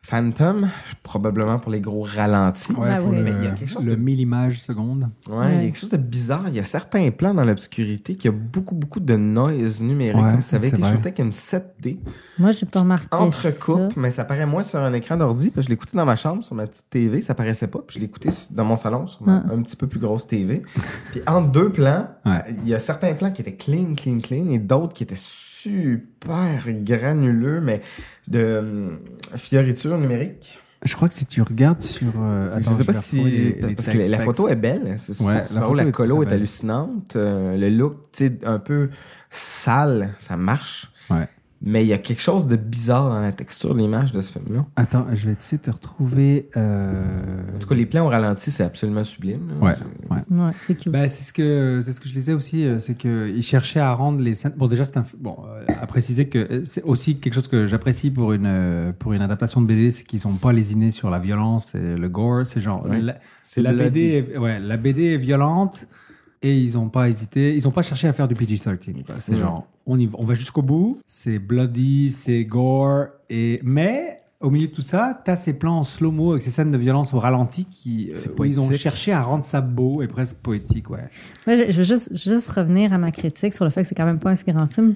S11: Phantom, probablement pour les gros ralentis.
S10: Ah
S9: Ouais, pour
S11: Mais
S9: le,
S11: il y a quelque chose
S9: le
S11: de
S9: 1000 images seconde.
S11: Ouais, il y a quelque chose de bizarre. Il y a certains plans dans l'obscurité qui a beaucoup, beaucoup de noise numérique.
S9: Ouais,
S11: comme si ça avait
S9: c'est
S11: été
S9: vrai.
S11: shooté avec une 7D.
S10: Moi, j'ai pas remarqué.
S11: Entrecoupe,
S10: ça.
S11: mais ça paraît moins sur un écran d'ordi. Parce que je l'écoutais dans ma chambre, sur ma petite TV, ça paraissait pas. Puis je l'écoutais su- dans mon salon, sur ma
S10: Ah.
S11: un petit peu plus grosse TV. Puis entre deux plans,
S9: Ouais.
S11: il y a certains plans qui étaient clean, clean, clean, et d'autres qui étaient super granuleux, mais de hum, fioriture numérique.
S9: Je crois que si tu regardes sur. euh,
S11: Je
S9: attends,
S11: sais pas
S9: vais
S11: si.
S9: retrouver les- les
S11: parce que
S9: textes,
S11: la, la
S9: textes.
S11: photo est belle. hein, C'est
S9: Ouais,
S11: la, photo, la
S9: est
S11: colo
S9: très
S11: est,
S9: belle.
S11: hallucinante. euh, le look, tu sais, un peu sale, ça marche.
S9: Ouais.
S11: Mais il y a quelque chose de bizarre dans la texture de l'image de ce film-là.
S9: Attends, je vais essayer de te retrouver. euh,
S11: En tout cas, les plans au ralenti, c'est absolument sublime. là.
S9: Ouais,
S11: C'est-
S9: ouais.
S10: Ouais, c'est cute.
S9: Ben, c'est ce que c'est ce que je lisais aussi, euh, c'est que il cherchait à rendre les scènes. Bon, déjà, c'est un f- bon euh, à préciser que euh, c'est aussi quelque chose que j'apprécie pour une euh, pour une adaptation de BD, c'est qu'ils sont pas lésinés sur la violence et le gore. C'est genre
S11: Ouais.
S9: la,
S11: C'est
S9: la
S11: bloody.
S9: BD, est, ouais, la BD est violente et ils ont pas hésité, ils ont pas cherché à faire du PG-13. quoi. C'est
S11: Mhm.
S9: genre on y va, on va jusqu'au bout. C'est bloody, c'est gore et mais au milieu de tout ça, t'as ces plans en slow-mo avec ces scènes de violence au ralenti qui euh,
S11: C'est
S9: où ils ont
S11: poétique.
S9: cherché à rendre ça beau et presque poétique, ouais.
S10: Moi, je, je veux juste, juste revenir à ma critique sur le fait que c'est quand même pas un si grand film.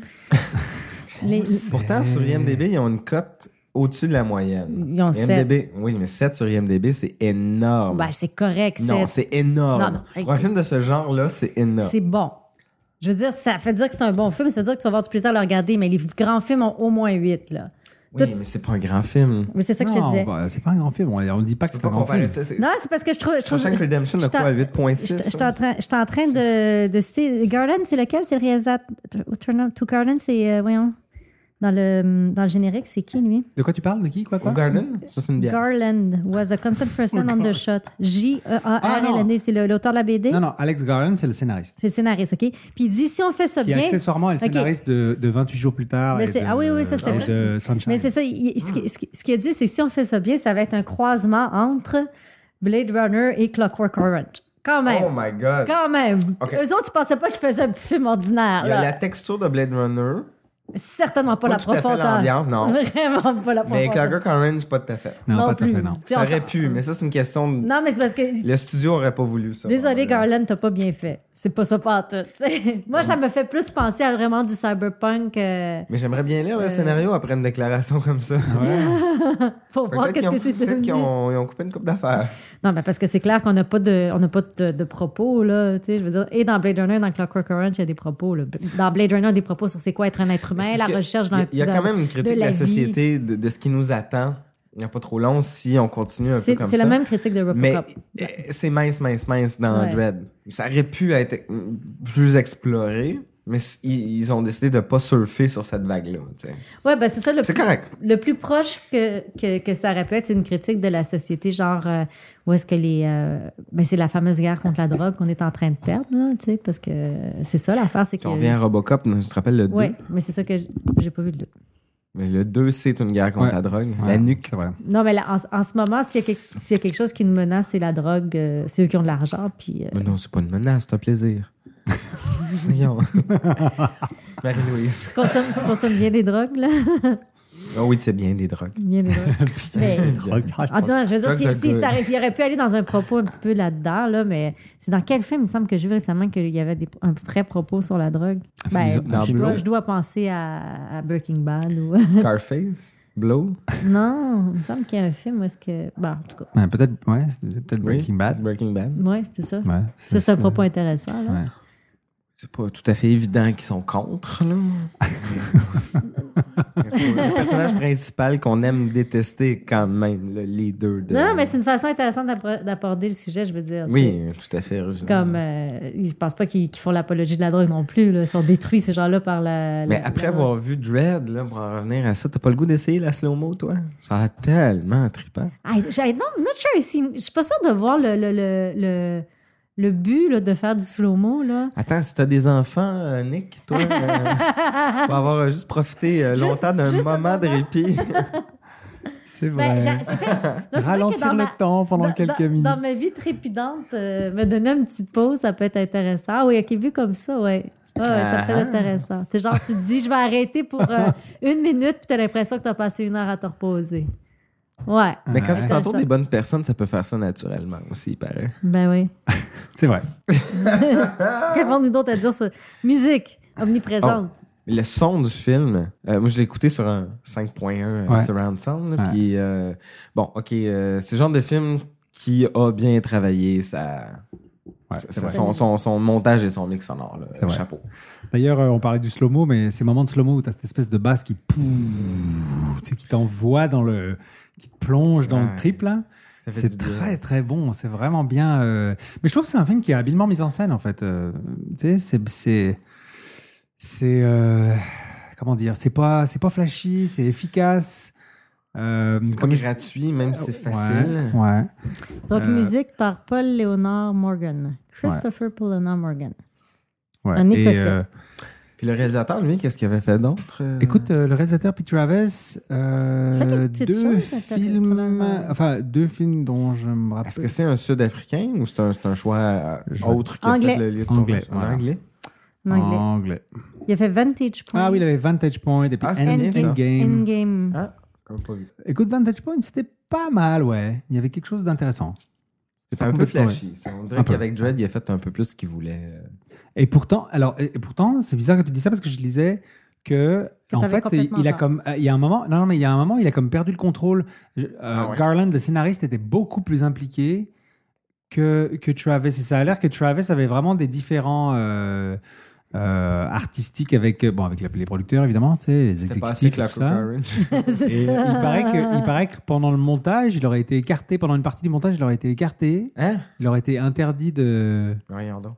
S10: Les-
S11: Pourtant, sur IMDB, ils ont une cote au-dessus de la moyenne.
S10: Ils ont
S11: IMDb, oui, mais 7 sur IMDb, c'est énorme.
S10: ben, c'est correct.
S11: non,
S10: c'est-
S11: c'est énorme.
S10: Non, non,
S11: Pour un
S10: écoute.
S11: film de ce genre-là, c'est énorme.
S10: C'est bon. Je veux dire, ça fait dire que c'est un bon film, ça veut dire que tu vas avoir du plaisir à le regarder, mais les grands films ont au moins huit, là.
S11: Oui,
S10: tout-
S11: mais c'est pas un grand film.
S10: Mais c'est ça que je te
S9: Non,
S10: disais.
S9: bah, c'est pas un grand film. On on dit pas que
S11: Tu
S9: c'est
S11: peux
S9: un
S11: pas
S9: grand film.
S11: comparer ça. c'est-
S10: Non, c'est parce que je trouve. Je trouve
S11: Shawshank Redemption
S10: je
S11: a quoi,
S10: t'en-
S11: 8.6,
S10: Je je
S11: ça?
S10: suis en train, je suis en train de, de citer. Garland, c'est lequel? C'est le réalisateur. Turn Up to Garland, c'est. euh, voyons. Dans le, dans le générique, c'est qui, lui?
S9: De quoi tu parles De qui Quoi, quoi
S11: Au Garden, ça c'est une bière.
S10: Garland was a concerned person on the shot. E
S9: Ah, non.
S10: J-E-A-R-L-N-D, c'est le- l'auteur de la BD.
S9: Non, non, Alex Garland, c'est le scénariste.
S10: C'est le scénariste, OK? Puis il dit si on fait ça
S9: Qui
S10: bien.
S9: accessoirement est le
S10: OK.
S9: scénariste de, de 28 jours plus tard.
S10: Mais
S9: et
S10: c'est-
S9: de-
S10: ah oui, oui, ça, c'était
S9: et
S10: vrai.
S9: de Sunshine.
S10: Mais c'est ça, il- il- ce qui- ce qui- ce qu'il a dit, c'est que si on fait ça bien, ça va être un croisement entre Blade Runner et Clockwork Orange. Quand même.
S11: Oh my god.
S10: Quand même.
S11: Ok.
S10: Eux autres, ils pensaient pas qu'ils faisaient un petit film ordinaire.
S11: Il y a
S10: là.
S11: la texture de Blade Runner,
S10: Certainement pas,
S11: Pas
S10: la
S11: tout à fait
S10: profondeur.
S11: l'ambiance, non.
S10: Vraiment pas la
S11: mais
S10: profondeur.
S11: Clockwork Orange, pas tout à fait.
S9: Non,
S10: non
S9: pas tout à
S10: plus.
S9: fait, non.
S10: Tu sais,
S11: Ça
S10: on
S11: aurait
S10: s'en-
S11: pu, mais ça, c'est une question. de-
S10: Non, mais c'est parce que.
S11: Le studio aurait pas voulu ça.
S10: Désolé,
S11: Voilà.
S10: Garland, t'as pas bien fait. C'est pas ça pas en tout. tu sais. Moi, ça me fait plus penser à vraiment du cyberpunk euh,
S11: Mais j'aimerais bien lire le scénario après une déclaration comme ça.
S10: pour voir
S11: Peut-être qu'ils
S10: qu'est-ce
S11: ont,
S10: que c'est
S11: peut-être
S10: devenu.
S11: qu'ils ont- ils ont coupé une coupe d'affaires.
S10: Non, mais parce que c'est clair qu'on n'a pas de, on n'a pas de, de propos là. Tu sais, je veux dire, et dans Blade Runner, dans Clockwork Orange, il y a des propos. là. Dans Blade Runner, des propos sur c'est quoi être un être humain,
S11: Parce
S10: la
S11: que
S10: recherche d'un.
S11: Il y a- il y a quand même une critique de la,
S10: la vie.
S11: société, de, de ce qui nous attend. Il n'y a pas trop long si on continue un peu
S10: C'est
S11: comme ça.
S10: c'est la même critique de
S11: Mais
S10: Robocop.
S11: euh, c'est mince, mince, mince dans
S10: Ouais.
S11: Dread. Ça aurait pu être mm, plus exploré, mais c- ils ils ont décidé de pas surfer sur cette vague-là. tu sais.
S10: Ouais, ben c'est ça le
S11: C'est
S10: plus-
S11: correct.
S10: Le plus proche que, que, que ça répète, c'est une critique de la société, genre euh, où est-ce que les. euh, ben, c'est la fameuse guerre contre la drogue qu'on est en train de perdre, là, tu sais, parce que c'est ça l'affaire, c'est que.
S11: Puis on revient à Robocop, je te rappelle le 2.
S10: Ouais, mais c'est ça que j- j'ai pas vu le deux.
S11: Mais le 2, c'est une guerre contre
S9: Ouais.
S11: la drogue.
S9: Ouais,
S11: La nuque.
S9: C'est vrai.
S10: Non, mais là, en, en ce moment, s'il y, a quelque- s'il y a quelque chose qui nous menace, c'est la drogue, euh, ceux qui ont de l'argent, puis. euh,
S11: Mais non, c'est pas une menace, c'est un plaisir. Voyons. Marie-Louise.
S10: tu, consommes, tu consommes bien des drogues, là?
S11: Ah oui, c'est bien des drogues.
S10: Bien des drogues. Mais-
S9: Oh,
S10: Attends, je veux dire, si, si ça, il aurait pu aller dans un propos un petit peu là-dedans, là, mais c'est dans quel film, il me semble que j'ai vu récemment qu'il y avait des- un vrai propos sur la drogue? Ben,
S11: Dans
S10: je dois,
S11: Blow?
S10: je dois penser à, à Breaking Bad ou...
S11: Scarface, Blow.
S10: non, il me semble qu'il y a un film où est-ce que... Bon, en tout cas,
S9: Ouais, peut-être ouais, c'est peut-être Breaking Bad.
S11: Breaking Bad.
S10: ouais, c'est ça.
S9: Ouais,
S10: ça,
S9: c'est-
S10: c'est un propos intéressant. là.
S9: Ouais.
S11: C'est pas tout à fait évident qu'ils sont contre, là. le personnage principal qu'on aime détester quand même, là, les deux. De...
S10: Non, non, mais c'est une façon intéressante d'appro- d'aborder le sujet, je veux dire.
S11: Oui, tout à fait. heureusement.
S10: Comme, euh, ils pensent pas qu'ils qu'ils font l'apologie de la drogue non plus. Là. Ils sont détruits, ces gens-là, par la...
S11: Mais
S10: la-
S11: après
S10: la-
S11: avoir vu Dread, là, pour en revenir à ça, t'as pas le goût d'essayer la slow-mo, toi? Ça a l'air tellement trippant.
S10: Ah, j'ai- non, I'm not sure ici. Je suis pas sûre de voir le, le, le, le, le but là, de faire du slow-mo. Là.
S11: Attends, si t'as des enfants, euh, Nick, toi, euh, faut avoir euh, juste profité euh,
S10: Juste-
S11: longtemps d'un
S10: juste un
S11: moment de répit.
S9: C'est
S10: Ben,
S9: vrai.
S10: j'ai- c'est fait- non, c'est vrai que
S9: Ralentir
S10: dans
S9: le
S10: ma-
S9: temps pendant
S10: dans-
S9: quelques
S10: dans-
S9: minutes.
S10: Dans ma vie trépidante, euh, me donner une petite pause, ça peut être intéressant. Ah oui, OK, vu comme ça, ouais. Ah, ouais, ça peut être
S11: Ah.
S10: intéressant. C'est genre, tu te dis, je vais arrêter pour euh, une minute, puis t'as l'impression que t'as passé une heure à te reposer. Ouais.
S11: Mais quand
S10: C'est
S11: tu t'entoures
S10: intéressant.
S11: des bonnes personnes, ça peut faire ça naturellement aussi, il paraît.
S10: Ben oui.
S9: C'est vrai.
S10: Qu'avons-nous d'autre à dire sur musique omniprésente?
S9: Oh,
S11: Le son du film, euh, moi je l'ai écouté sur un 5.1 euh,
S9: Ouais.
S11: surround sound. là,
S9: Ouais.
S11: Puis euh, bon, ok, euh, c'est le genre de film qui a bien travaillé sa,
S9: Ouais,
S11: sa-
S9: c'est vrai.
S11: son, son- son montage et son mix sonore. là.
S9: C'est vrai.
S11: chapeau.
S9: D'ailleurs, euh, on parlait du slow-mo, mais ces moments de slow-mo où t'as cette espèce de basse qui pouh, tu sais, qui t'envoie dans le, qui te plonge dans
S11: Ouais.
S9: le trip là.
S11: Ça fait
S9: C'est
S11: du bien.
S9: très très bon, c'est vraiment bien. euh, Mais je trouve que c'est un film qui est habilement mis en scène en fait. euh, Tu sais, c'est c'est c'est euh, comment dire, c'est pas c'est pas flashy, c'est efficace. Euh,
S11: C'est comme gratuit, même si c'est facile.
S9: Ouais. ouais.
S10: Donc,
S9: Euh,
S10: musique par Paul Leonard Morgan. Christopher Paul Leonard Morgan.
S9: ouais.
S10: un
S9: Et,
S10: Écossais.
S9: euh,
S11: Puis le réalisateur, lui, qu'est-ce qu'il avait fait d'autre? euh?
S9: Écoute, euh, le réalisateur Pete Travis,
S10: Fait
S9: euh,
S10: quelque petite
S9: deux
S10: chose, t'as-
S9: films, enfin deux films dont je me rappelle.
S11: Est-ce que c'est un Sud-Africain ou c'est un, c'est un choix euh, autre qui a
S10: Anglais.
S11: fait le lieu de
S9: Anglais,
S11: tournage? En
S9: voilà.
S11: anglais.
S10: En anglais.
S9: Anglais.
S10: Il a fait Vantage Point.
S9: Ah oui, il avait Vantage Point et puis
S11: Ah, c'était bien,
S9: Endgame.
S11: ça.
S10: Endgame.
S11: Ah, comme pas vu.
S9: Écoute, Vantage Point, c'était pas mal, ouais. Il y avait quelque chose d'intéressant.
S11: C'est
S9: pas
S11: un peu
S9: complètement,
S11: flashy.
S9: ouais.
S11: ça. On
S9: Un
S11: dirait
S9: peu.
S11: qu'avec Dread, il a fait un peu plus ce qu'il voulait. euh.
S9: Et pourtant, alors, et, et pourtant, c'est bizarre que tu dis ça parce que je lisais que,
S10: Que
S9: en
S10: t'avais
S9: fait, il,
S10: complètement
S9: il a
S10: tort.
S9: comme, euh, il y a un moment, non, non, mais il y a un moment, il a comme perdu le contrôle. Je- euh,
S11: Ah ouais.
S9: Garland, le scénariste, était beaucoup plus impliqué que que Travis. Et ça a l'air que Travis avait vraiment des différents. euh, euh, artistiques avec euh, bon avec la- les producteurs évidemment tu sais les
S11: C'était pas assez
S9: exécutifs tout
S11: Clockwork
S9: ça
S11: Orange.
S10: C'est
S9: et
S10: ça.
S9: euh, il paraît que il paraît que pendant le montage il aurait été écarté pendant une partie du montage il aurait été écarté
S11: Hein?
S9: il aurait été interdit de
S11: Voyons donc.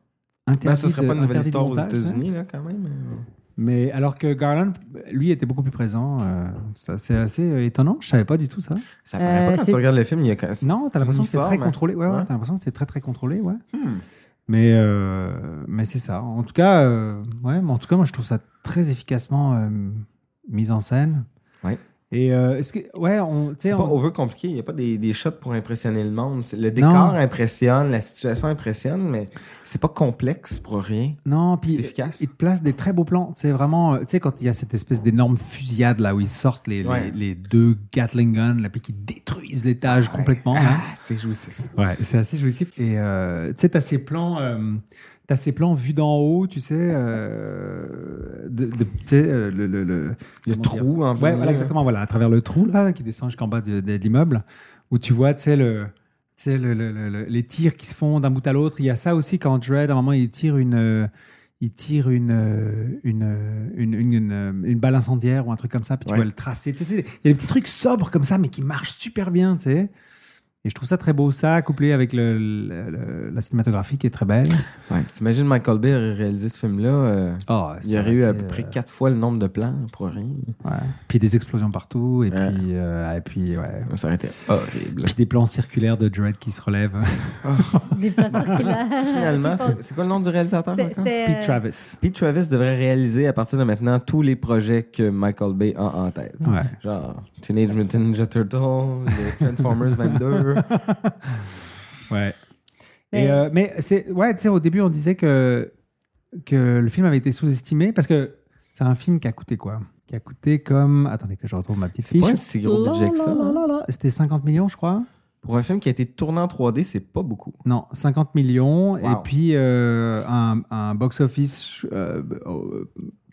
S9: interdit
S11: Ben, ce serait
S9: de-
S11: pas une nouvelle
S9: interdit de
S11: histoire aux
S9: montage, hein.
S11: États-Unis, là, quand même. euh.
S9: Mais alors que Garland, lui, était beaucoup plus présent. euh, ça, c'est assez euh, étonnant. Je savais pas du tout ça.
S11: Ça paraît
S10: Euh,
S11: pas quand
S10: c'est-
S11: tu regardes le film. Il y a... quand-
S9: Non, t'as l'impression que c'est très
S11: uniforme, hein.
S9: contrôlé. Ouais, ouais,
S11: Ouais. Hmm.
S9: t'as l'impression que c'est très très contrôlé, ouais. Mais euh, mais c'est ça. En tout cas, euh, ouais. Mais en tout cas, moi, je trouve ça très efficacement euh, mis en scène.
S11: Ouais.
S9: Et euh, est-ce que ouais, on, tu sais,
S11: C'est pas
S9: on-
S11: overcompliqué. Il n'y a pas des, des shots pour impressionner le monde. C'est- Le décor impressionne, la situation impressionne, mais c'est pas complexe pour rien.
S9: Non, puis
S11: C'est efficace.
S9: il te place des très beaux plans. C'est vraiment, euh, tu sais, quand il y a cette espèce d'énorme fusillade là où ils sortent les, les-
S11: Ouais.
S9: les deux Gatling guns, là, puis qui détruisent l'étage complètement. hein. là.
S11: Ah, c'est jouissif. ça.
S9: Ouais, c'est assez jouissif. Et euh, tu sais, t'as ces plans, euh, t'as ces plans vus d'en haut, tu sais, euh, de, de- tu sais, euh, le, le, le,
S11: Le
S9: comment
S11: trou,
S9: dire
S11: en
S9: Ouais,
S11: plein
S9: voilà,
S11: milieu.
S9: exactement. Voilà, à travers le trou là qui descend jusqu'en bas de, de- de l'immeuble, où tu vois, tu sais le tu sais, le, le- le- le- les tirs qui se font d'un bout à l'autre. Il y a ça aussi quand Dredd, à un moment, il tire une, euh, il tire une, euh, une, euh, une, une, une, euh, une balle incendiaire ou un truc comme ça, puis tu
S11: Ouais.
S9: vois le tracé. Tu sais, c'est- il y a des petits trucs sobres comme ça, mais qui marchent super bien, tu sais. Et je trouve ça très beau, ça, couplé avec le, le- le- la cinématographie qui est très belle.
S11: Ouais. T'imagines Michael Bay aurait réalisé ce film-là. euh,
S9: Oh,
S11: il y aurait eu à peu près quatre fois le nombre de plans pour rien.
S9: euh, Puis des explosions partout, et
S11: Ouais.
S9: puis, euh, et puis, ouais.
S11: Ça aurait été horrible.
S9: Puis des plans circulaires de Dredd qui se relèvent.
S10: Euh. Des plans circulaires.
S11: Finalement, c'est- c'est quoi le nom du réalisateur?
S10: C'est-
S11: encore?
S10: c'était,
S9: Puis
S10: euh,
S9: hein. Travis.
S11: Pete Travis devrait réaliser à partir de maintenant tous les projets que Michael Bay a en tête.
S9: Ouais.
S11: Genre Teenage Mutant Ninja Turtle, les Transformers 22.
S9: Ouais.
S10: Mais-
S9: Mais, mais c'est ouais, tu sais, au début, on disait que que le film avait été sous-estimé parce que c'est un film qui a coûté quoi qui a coûté comme. Attendez que je retrouve ma petite fiche.
S11: pas un si gros budget que ça. hein.
S9: La, la, la, la. C'était 50 millions, je crois.
S11: Pour un film qui a été tourné en 3D, c'est pas beaucoup.
S9: Non, 50 millions.
S11: Wow.
S9: Et puis, euh, un, un box-office euh, euh,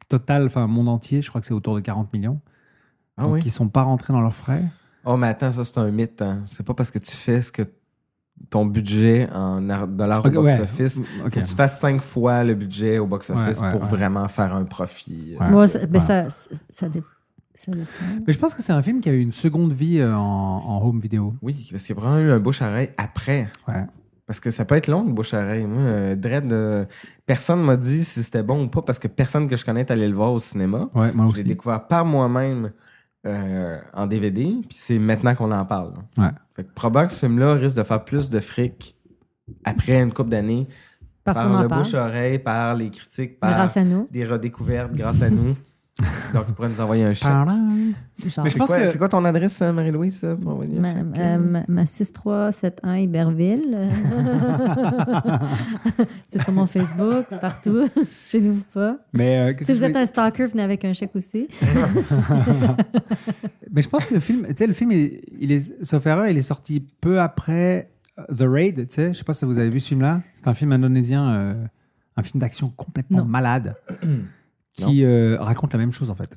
S9: total, enfin, monde entier, je crois que c'est autour de 40 millions.
S11: Ah
S9: Donc,
S11: oui.
S9: Ils sont pas rentrés dans leurs frais.
S11: Oh, mais attends, ça, c'est un mythe. hein. C'est pas parce que tu fais ce que ton budget en ar- dollars
S9: Ok,
S11: au
S9: ouais.
S11: box-office.
S9: Ok.
S11: Faut que tu fasses cinq fois le budget au box-office
S9: Ouais, ouais,
S11: pour
S9: ouais.
S11: vraiment faire un profit.
S9: Ouais.
S10: Moi, ça- mais
S9: Ouais.
S10: ça, ça, ça dé- ça dépend.
S9: Mais je pense que c'est un film qui a eu une seconde vie euh, en, en home vidéo.
S11: Oui, parce qu'il y a vraiment eu un bouche-à-oreille après.
S9: Ouais.
S11: Parce que ça peut être long, le bouche-à-oreille. Moi, euh, Dread, euh, personne m'a dit si c'était bon ou pas parce que personne que je connais est allé le voir au cinéma.
S9: Ouais, moi
S11: je
S9: aussi.
S11: l'ai découvert par moi-même euh, en DVD, puis c'est maintenant qu'on en parle.
S9: Ouais.
S11: Fait que probablement que ce film-là risque de faire plus de fric après une couple d'années.
S10: Parce
S11: par
S10: qu'on en
S11: le
S10: parle.
S11: bouche-à-oreille, par les critiques, par
S10: Grâce à nous.
S11: des redécouvertes grâce à nous. Donc, ils pourraient nous envoyer un chèque.
S10: Genre.
S11: Mais je pense que... C'est quoi ton adresse, euh, Marie-Louise, euh, pour envoyer un
S10: Ma,
S11: chèque?
S10: euh, ma- ma 6371 Iberville. c'est sur mon Facebook, c'est partout. Gênez-vous pas.
S9: Mais, euh, qu'est-ce
S10: si
S9: que
S10: vous
S9: je
S10: êtes
S9: voulais-
S10: un stalker, venez avec un chèque aussi.
S9: Mais je pense que le film, tu sais, le film, il, il est, sauf erreur, il est sorti peu après euh, The Raid, tu sais. Je sais pas si vous avez vu ce film-là. C'est un film indonésien, euh, un film d'action complètement malade, qui euh, raconte la même chose, en fait.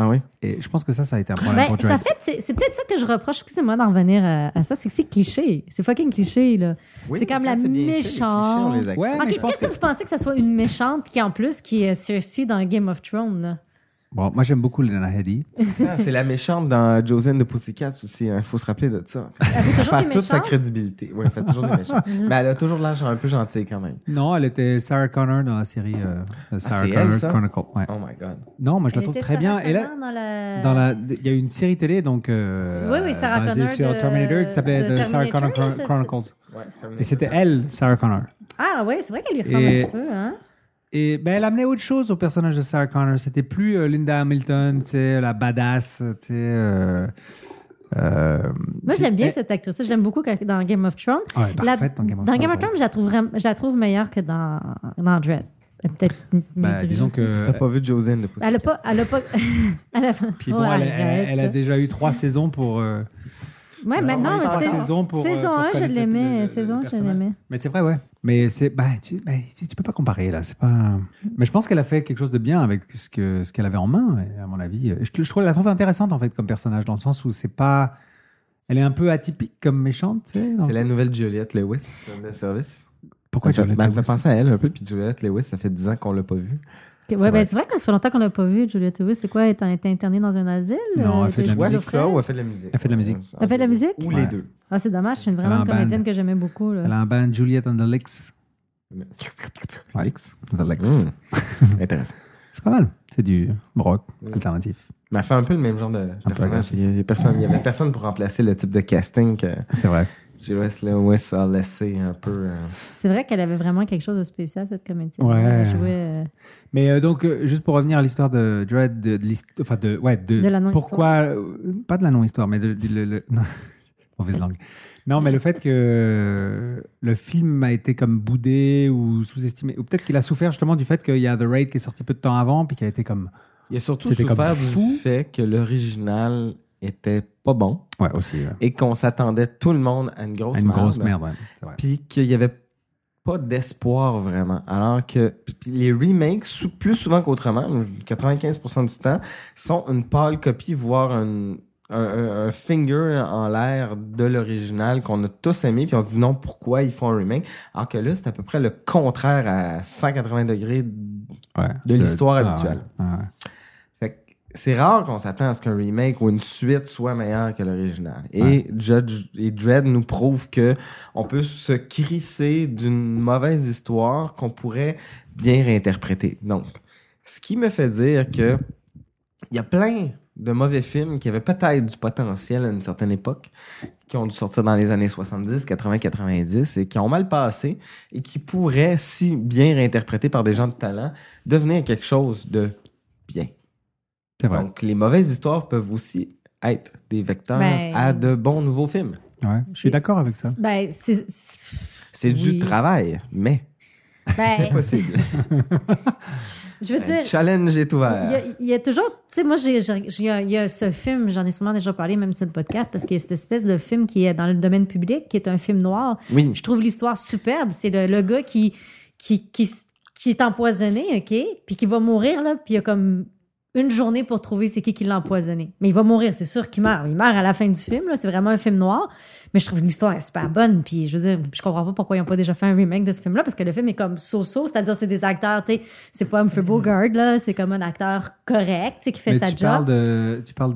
S11: Ah oui?
S9: Et je pense que ça, ça a été un problème
S10: Ben,
S9: pour
S10: ça
S9: Drake.
S10: fait, c'est, c'est peut-être ça que je reproche, excusez-moi d'en revenir à, à ça, c'est que c'est cliché. C'est fucking cliché, là.
S11: Oui,
S10: c'est comme
S11: mais
S10: la
S11: ça, c'est bien fait, les clichés, on
S10: méchante.
S11: les accepte. Ouais,
S10: Ok,
S11: mais je pense
S10: qu'est-ce que,
S11: que-
S10: vous pensez que ça soit une méchante qui, en plus, qui est Cersei dans Game of Thrones, là?
S9: Bon, moi, j'aime beaucoup Lena Headey.
S11: Ah, c'est la méchante dans Josine de Pussycat aussi. Il faut se rappeler de ça. Elle
S10: fait toujours
S11: perd
S10: des
S11: toute sa
S10: méchantes?
S11: crédibilité. Oui, elle fait toujours des méchants. Mais elle a toujours l'air un peu gentille quand même.
S9: Non, elle était Sarah Connor dans la série euh, Sarah
S11: Ah, c'est
S9: Connor
S11: elle, ça?
S9: Chronicle. Ouais.
S11: Oh my God.
S9: Non, moi, je la
S10: Elle
S9: trouve
S10: était
S9: très bien.
S10: Sarah
S9: Et là,
S10: Connor dans la-
S9: dans la, il y a eu une série télé, donc. euh,
S10: Oui, oui, Sarah
S9: basée
S10: Connor
S9: sur
S10: de-
S9: Terminator qui s'appelait
S10: de
S9: The Sarah
S10: Terminator,
S9: Connor
S10: là, c'est-
S9: Chron- Chronicles.
S10: c'est- Ouais,
S11: Terminator.
S9: Et c'était elle, Sarah Connor.
S10: Ah ouais, c'est vrai qu'elle lui ressemble
S9: Et-
S10: un petit peu, hein?
S9: Et ben, elle amenait autre chose au personnage de Sarah Connor. C'était plus euh, Linda Hamilton, tu sais, la badass, tu sais. euh, euh,
S10: Moi, je l'aime bien,
S9: Eh,
S10: cette actrice. Je l'aime beaucoup quand- dans Game of Thrones.
S9: Ah ouais,
S10: La-
S9: parfaite dans Game of
S10: Dans Game
S9: Thrones,
S10: of Thrones, je la trouve, vraiment- je la trouve meilleure que dans, dans Dread. Elle est peut-être mieux dirigée
S9: Ben, disons
S10: aussi.
S9: que- euh,
S11: Si t'as pas vu Josine de Pussycat.
S10: Elle a pas. Elle a pas. elle a...
S9: Puis bon,
S10: Ouais,
S9: elle, elle-
S10: arrête,
S9: elle a
S10: là.
S9: déjà eu trois saisons pour. euh,
S10: Ouais, maintenant,
S9: on a eu trois
S10: mais
S9: saisons
S10: saison,
S9: pour, euh,
S10: saison
S9: pour
S10: 1, je
S9: connaître le-
S10: l'aimais.
S9: le
S10: Saison 1, je
S9: personnage.
S10: l'aimais.
S9: Mais c'est vrai, ouais. Mais c'est, bah, tu, bah, tu, tu peux pas comparer là. C'est pas. Mais je pense qu'elle a fait quelque chose de bien avec ce que ce qu'elle avait en main, et à mon avis. euh, Je, je trouve la trouve intéressante en fait comme personnage dans le sens où c'est pas, elle est un peu atypique comme méchante. tu sais, dans-
S11: C'est la nouvelle Juliette Lewis de service.
S9: Pourquoi
S11: Elle fait-
S9: Juliette
S11: ben, Elle
S9: Lewis?
S11: fait penser à elle un peu. Puis Juliette Lewis, ça fait 10 ans qu'on l'a pas vue.
S10: Ok,
S11: vrai.
S10: Ouais, ben, c'est vrai qu'on fait longtemps qu'on l'a pas vu, Juliette Lewis. C'est quoi? Elle est- elle était internée dans un asile?
S9: Non,
S10: euh,
S9: elle fait de la
S10: chez
S11: Soit
S10: son
S11: ça
S10: frère?
S11: ou elle fait de la musique.
S9: Elle fait de la musique.
S10: Elle fait de la musique?
S11: Ou
S9: Ouais.
S11: les deux.
S10: Ah, c'est dommage, c'est une
S9: Elle a
S10: vraiment
S9: un
S10: une comédienne
S9: band.
S10: que j'aimais beaucoup. là.
S9: Elle a un band Juliette and the Licks. Ouais.
S11: Alex.
S9: The Licks.
S11: Mmh. Intéressant.
S9: C'est pas mal. C'est du rock alternatif.
S11: Mais elle fait un peu le même genre de
S9: peu
S11: personnage. Ah, Il n'y avait personne pour remplacer le type de casting que
S9: C'est vrai.
S11: Juliette Lewis a laissé un peu. euh,
S10: C'est vrai qu'elle avait vraiment quelque chose de spécial, cette comédienne.
S9: Ouais.
S10: Elle jouait, euh,
S9: Mais euh, donc, euh, juste pour revenir à l'histoire de Dread, de, de l'hist- enfin de, ouais, de,
S10: De la non-histoire.
S9: pourquoi, euh, pas de la non-histoire, mais de, de- le- le- non. mauvaise langue. Non, mais le fait que le film a été comme boudé ou sous-estimé, ou peut-être qu'il a souffert justement du fait qu'il y a The Raid qui est sorti peu de temps avant, puis qui a été comme.
S11: Il a surtout
S9: C'était comme
S11: souffert du
S9: fou.
S11: fait que l'original était pas bon
S9: Ouais, aussi. ouais.
S11: et qu'on s'attendait tout le monde à une grosse
S9: Une
S11: merde.
S9: grosse merde, ouais. C'est vrai.
S11: Puis qu'il y avait pas d'espoir vraiment. Alors que puis les remakes, sou- plus souvent qu'autrement, 95% du temps, sont une pâle copie, voire un, un- un- un finger en l'air de l'original qu'on a tous aimé. Puis on se dit non, pourquoi ils font un remake? Alors que là, c'est à peu près le contraire à 180 degrés
S9: Ouais.
S11: de l'histoire
S9: Ah,
S11: habituelle.
S9: ouais. Ah, ouais.
S11: Fait que c'est rare qu'on s'attend à ce qu'un remake ou une suite soit meilleur que l'original. Et
S9: Ouais.
S11: Judge et Dredd nous prouve que on peut se crisser d'une mauvaise histoire qu'on pourrait bien réinterpréter. Donc, ce qui me fait dire que il y a plein de mauvais films qui avaient peut-être du potentiel à une certaine époque, qui ont dû sortir dans les années 70, 80, 90 et qui ont mal passé et qui pourraient, si bien réinterprétés par des gens de talent, devenir quelque chose de bien.
S9: C'est vrai.
S11: Donc, les mauvaises histoires peuvent aussi être des vecteurs
S10: Ben-
S11: à de bons nouveaux films.
S9: Ouais. Je suis
S10: C'est-
S9: d'accord avec ça.
S10: Ben, c'est. c'est-
S11: C'est du
S10: Oui.
S11: travail, mais
S10: Ben,
S11: C'est possible.
S10: Je veux
S11: Le
S10: dire.
S11: challenge est
S10: Il y, a,
S11: ouvert.
S10: il y a toujours, tu sais, moi, j'ai, j'ai- j'ai- il y a- il y a ce film, j'en ai sûrement déjà parlé, même sur le podcast, parce qu'il y a cette espèce de film qui est dans le domaine public, qui est un film noir.
S11: Oui.
S10: Je trouve l'histoire superbe. C'est le, le gars qui, qui, qui, s- qui est empoisonné, OK? Puis qui va mourir, là. Puis il y a comme une journée pour trouver c'est qui qui l'a empoisonné. Mais il va mourir, c'est sûr qu'il meurt. Il meurt à la fin du film, là. C'est vraiment un film noir. Mais je trouve l'histoire est super bonne. Puis je veux dire, je comprends pas pourquoi ils ont pas déjà fait un remake de ce film-là, parce que le film est comme so-so, c'est-à-dire c'est des acteurs, tu sais, c'est pas Humphrey Bogart, là. C'est comme un acteur correct, tu sais, qui fait
S9: Mais
S10: sa
S9: tu
S10: job.
S9: parles de, tu parles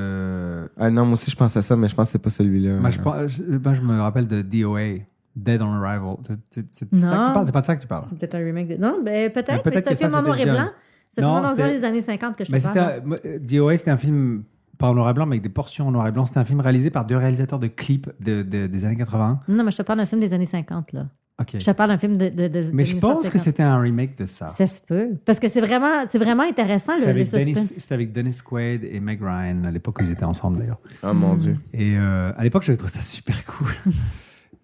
S9: de.
S11: Ah non, moi aussi, je pense à ça, mais je pense que c'est pas celui-là.
S9: Moi, Ben, je, pense- je- moi, je me rappelle de DOA, Dead on Arrival. C'est- C'est c'est de ça que
S10: Non.
S9: tu parles, c'est pas de ça que tu parles.
S10: C'est peut-être un remake de. Non, ben, peut-être,
S9: Mais
S10: mais,
S9: peut-être
S10: c'est un
S9: que ça,
S10: film en
S9: c'était
S10: noir et
S9: déjà-
S10: blanc. C'est un
S9: Non,
S10: film en noir et blanc
S9: c'était-
S10: des années 50 que je
S9: Mais
S10: te
S9: c'était
S10: parle.
S9: un- moi, euh, DOA, c'était un film pas en noir et blanc, mais avec des portions en noir et blanc. C'était un film réalisé par deux réalisateurs de clips de- de- des années 80.
S10: Non, mais je te parle d'un film des années 50, là.
S9: Ok.
S10: Je te parle d'un film de. de, de
S9: Mais je pense que
S10: 1950.
S9: c'était un remake de ça.
S10: Ça se peut. Parce que c'est vraiment, c'est vraiment intéressant,
S9: C'était
S10: le, le
S9: avec, Dennis,
S10: suspense.
S9: c'était avec Dennis Quaid et Meg Ryan. À l'époque, où ils étaient ensemble d'ailleurs.
S11: Ah, mon Mm. Dieu.
S9: Et euh, à l'époque, j'avais trouvé ça super cool.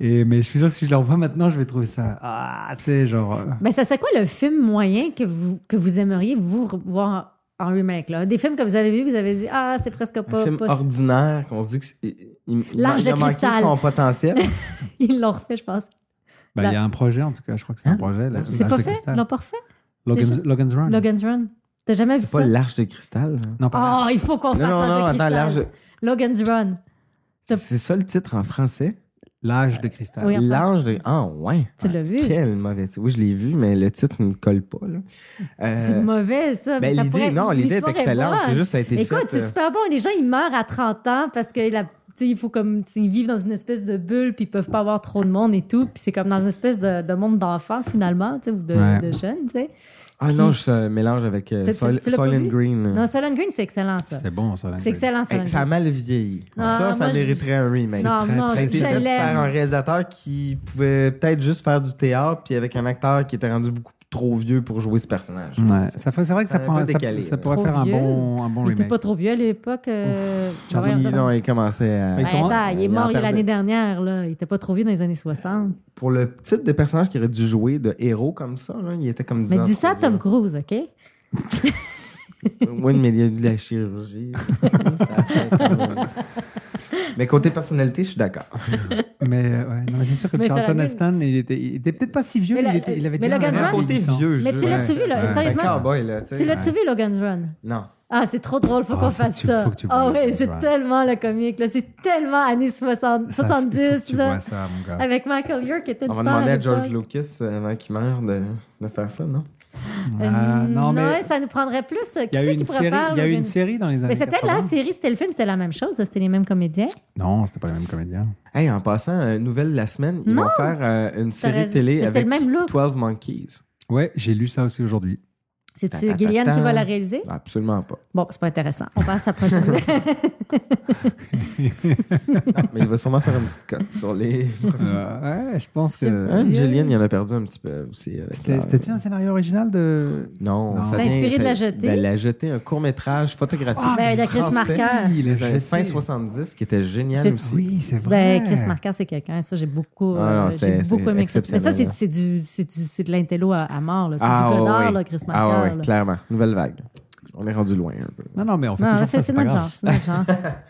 S9: et, mais je suis sûr que si je le revois maintenant, je vais trouver ça. Ah, tu sais, genre. euh,
S10: Ben, ça serait quoi le film moyen que vous, que vous aimeriez vous voir en remake? Là? Des films que vous avez vus, vous avez dit Ah, c'est presque
S11: Un
S10: pas.
S11: film
S10: pas-
S11: ordinaire qu'on se dit que c'est- il- il- il
S10: L'Arche
S11: il a
S10: de
S11: manqué
S10: cristal.
S11: son potentiel.
S10: Ils l'ont refait, je pense.
S9: Bah, il y a un projet, en tout cas, je crois que c'est un projet. là,
S10: Hein? C'est
S9: l'Arche
S10: pas
S9: de
S10: fait?
S9: cristal.
S10: Ils l'ont pas refait?
S9: Logan's,
S10: Déjà?
S9: Logan's Run.
S10: Logan's Run. T'as jamais vu
S11: C'est pas
S10: ça?
S11: l'arche de cristal. là.
S9: Non, pas
S10: Oh, il faut qu'on
S11: Non,
S10: fasse
S11: non, non,
S10: l'âge de
S11: attends,
S10: cristal.
S11: l'âge de-
S10: Logan's Run.
S11: C'est ça le titre en français?
S9: L'âge de cristal.
S10: Oui, en
S11: L'âge de. Ah, ouais.
S10: Tu l'as vu?
S11: Quel mauvais titre. Oui, je l'ai vu, mais le titre ne colle pas. là. Euh,
S10: C'est mauvais, ça.
S11: ben,
S10: Ah, mais ça
S11: l'idée-
S10: pourrait-
S11: non, l'idée est
S10: l'histoire
S11: excellente,
S10: bonne.
S11: c'est juste ça a été
S10: Écoute,
S11: fait,
S10: c'est
S11: euh,
S10: super bon. Les gens, ils meurent à 30 ans parce que la- tu sais, il faut comme tu sais, ils vivent dans une espèce de bulle puis ils peuvent pas avoir trop de monde et tout puis c'est comme dans une espèce de, de monde d'enfants finalement tu sais, ou de,
S11: Ouais.
S10: de jeunes tu sais
S11: Ah
S10: Puis-
S11: non, je euh, mélange avec euh,
S10: T'as- tu-
S11: Soil-
S10: tu l'as pas
S11: Soylent
S10: vu?
S11: Green.
S10: non Soylent Green c'est excellent ça
S9: C'était bon, ça.
S10: c'est excellent Soylent
S11: Eh, ça a
S10: Green
S11: mal vieilli.
S10: Ah,
S11: ça, ça
S10: moi, je-
S11: mériterait un remake.
S10: Non, non,
S11: ça a
S10: je-
S11: été
S10: je
S11: fait
S10: l'aime.
S11: par un réalisateur qui pouvait peut-être juste faire du théâtre, puis avec un acteur qui était rendu beaucoup trop vieux pour jouer ce personnage.
S9: Ouais. Ça fait- C'est vrai que ça,
S11: Ça a un
S9: prend-
S11: peu
S9: ça-
S11: décalé,
S9: ça
S11: là.
S9: pourrait
S10: Trop
S9: faire un
S10: vieux.
S9: bon, un bon
S10: il était
S9: remake.
S10: pas trop vieux à l'époque euh, voyons
S11: Oui,
S10: donc.
S11: non, il commençait à.
S9: Mais
S10: Ben,
S9: comment-
S10: attends, il est
S11: il en
S10: mort il,
S11: perdait.
S10: l'année dernière là il était pas trop vieux dans les années 60
S11: Pour le type de personnage qu'il aurait dû jouer, de héros comme ça, là, il était comme
S10: mais
S11: 10 ans
S10: dis ça à
S11: trop
S10: Tom Cruise ok
S11: Oui, mais il y a eu de la chirurgie. Ça affecte, euh, mais côté personnalité, je suis d'accord.
S9: Mais, euh, ouais, non, mais c'est sûr que
S10: Mais ça
S9: Charlton
S10: l'a-
S9: Heston, il était, il était peut-être pas si vieux,
S10: Mais
S9: mais,
S10: la-
S9: il, était- il avait
S10: mais
S9: déjà
S10: Logan's
S9: un
S10: Run-
S9: côté vieux.
S10: mais tu l'as-tu vu là,
S11: Ouais.
S10: sérieusement
S11: C'est un cowboy, là, tu sais.
S10: tu l'as-tu vu Logan's Run
S11: Non.
S10: Ah, c'est trop drôle, faut
S9: Ah,
S10: qu'on
S9: faut
S10: fasse
S9: que tu-
S10: ça.
S9: faut que tu
S10: Ah
S9: vois,
S10: ouais,
S9: faut
S10: c'est
S9: que tu vois.
S10: tellement le comique, là. C'est tellement années 60,
S9: Ça,
S10: 70,
S9: tu
S10: là.
S9: vois ça, mon gars.
S10: Avec Michael York qui était
S11: On
S10: du
S11: va
S10: temps à
S11: demander à George
S10: l'époque.
S11: Lucas euh, avant qu'il meure de, de faire ça, non?
S9: Ah, non,
S10: non,
S9: mais
S10: Euh, ouais, ça nous prendrait plus. Qui
S9: il y a eu
S10: c'est
S9: une
S10: qui pourrait
S9: série-
S10: faire
S9: il y a eu
S10: Logan?
S9: une série dans les années
S10: Mais c'était la
S9: 80.
S10: série, c'était le film, c'était la même chose. là, C'était les mêmes comédiens.
S9: Non, c'était pas les mêmes comédiens.
S11: Hey, en passant, euh, nouvelle de la semaine, ils
S10: Non.
S11: vont faire euh, une
S10: Ça
S11: série
S10: reste-
S11: télé
S10: mais c'était
S11: avec
S10: le même look.
S11: 12 Monkeys.
S9: Ouais, j'ai lu ça aussi aujourd'hui.
S10: C'est-tu
S11: Ta-ta-ta-ta.
S10: Gillian qui va la réaliser?
S11: Absolument pas.
S10: Bon, c'est pas intéressant. On passe à la prochaine.
S11: Mais il va sûrement faire une petite cote sur les.
S9: Euh, ouais, je pense que.
S11: Hein, Jillian, il en a perdu un petit peu aussi. euh,
S9: C'était- C'était-tu un scénario original de.
S11: Non,
S9: Non.
S11: ça
S10: C'est
S11: vient-
S10: inspiré de
S11: ça-
S10: La Jetée.
S11: de la jetée, un court métrage photographique.
S10: Ah, ben, de Chris
S11: français,
S10: Marker.
S9: Il a
S11: des années
S9: jeté.
S11: Fin 70, qui était génial
S10: C'est-
S11: aussi.
S9: Oui, c'est vrai.
S10: Ben, Chris Marker, c'est quelqu'un, ça, j'ai beaucoup,
S11: Ah non,
S10: euh,
S11: c'est-
S10: j'ai beaucoup
S11: c'est
S10: aimé Chris Mais ça,
S11: exceptionnel,
S10: c'est
S11: là.
S10: c'est du, c'est du, c'est de l'intello à, à mort, là. C'est
S11: Ah,
S10: du
S11: ouais,
S10: connard,
S11: ouais.
S10: là, Chris Marker.
S11: Ah, ouais,
S10: là.
S11: clairement. Nouvelle vague. On est rendu loin un peu.
S9: Non, non, mais on fait
S10: Non,
S9: toujours
S10: c'est
S9: ça.
S10: c'est
S9: pas
S10: notre genre,
S9: grave.
S10: c'est notre genre.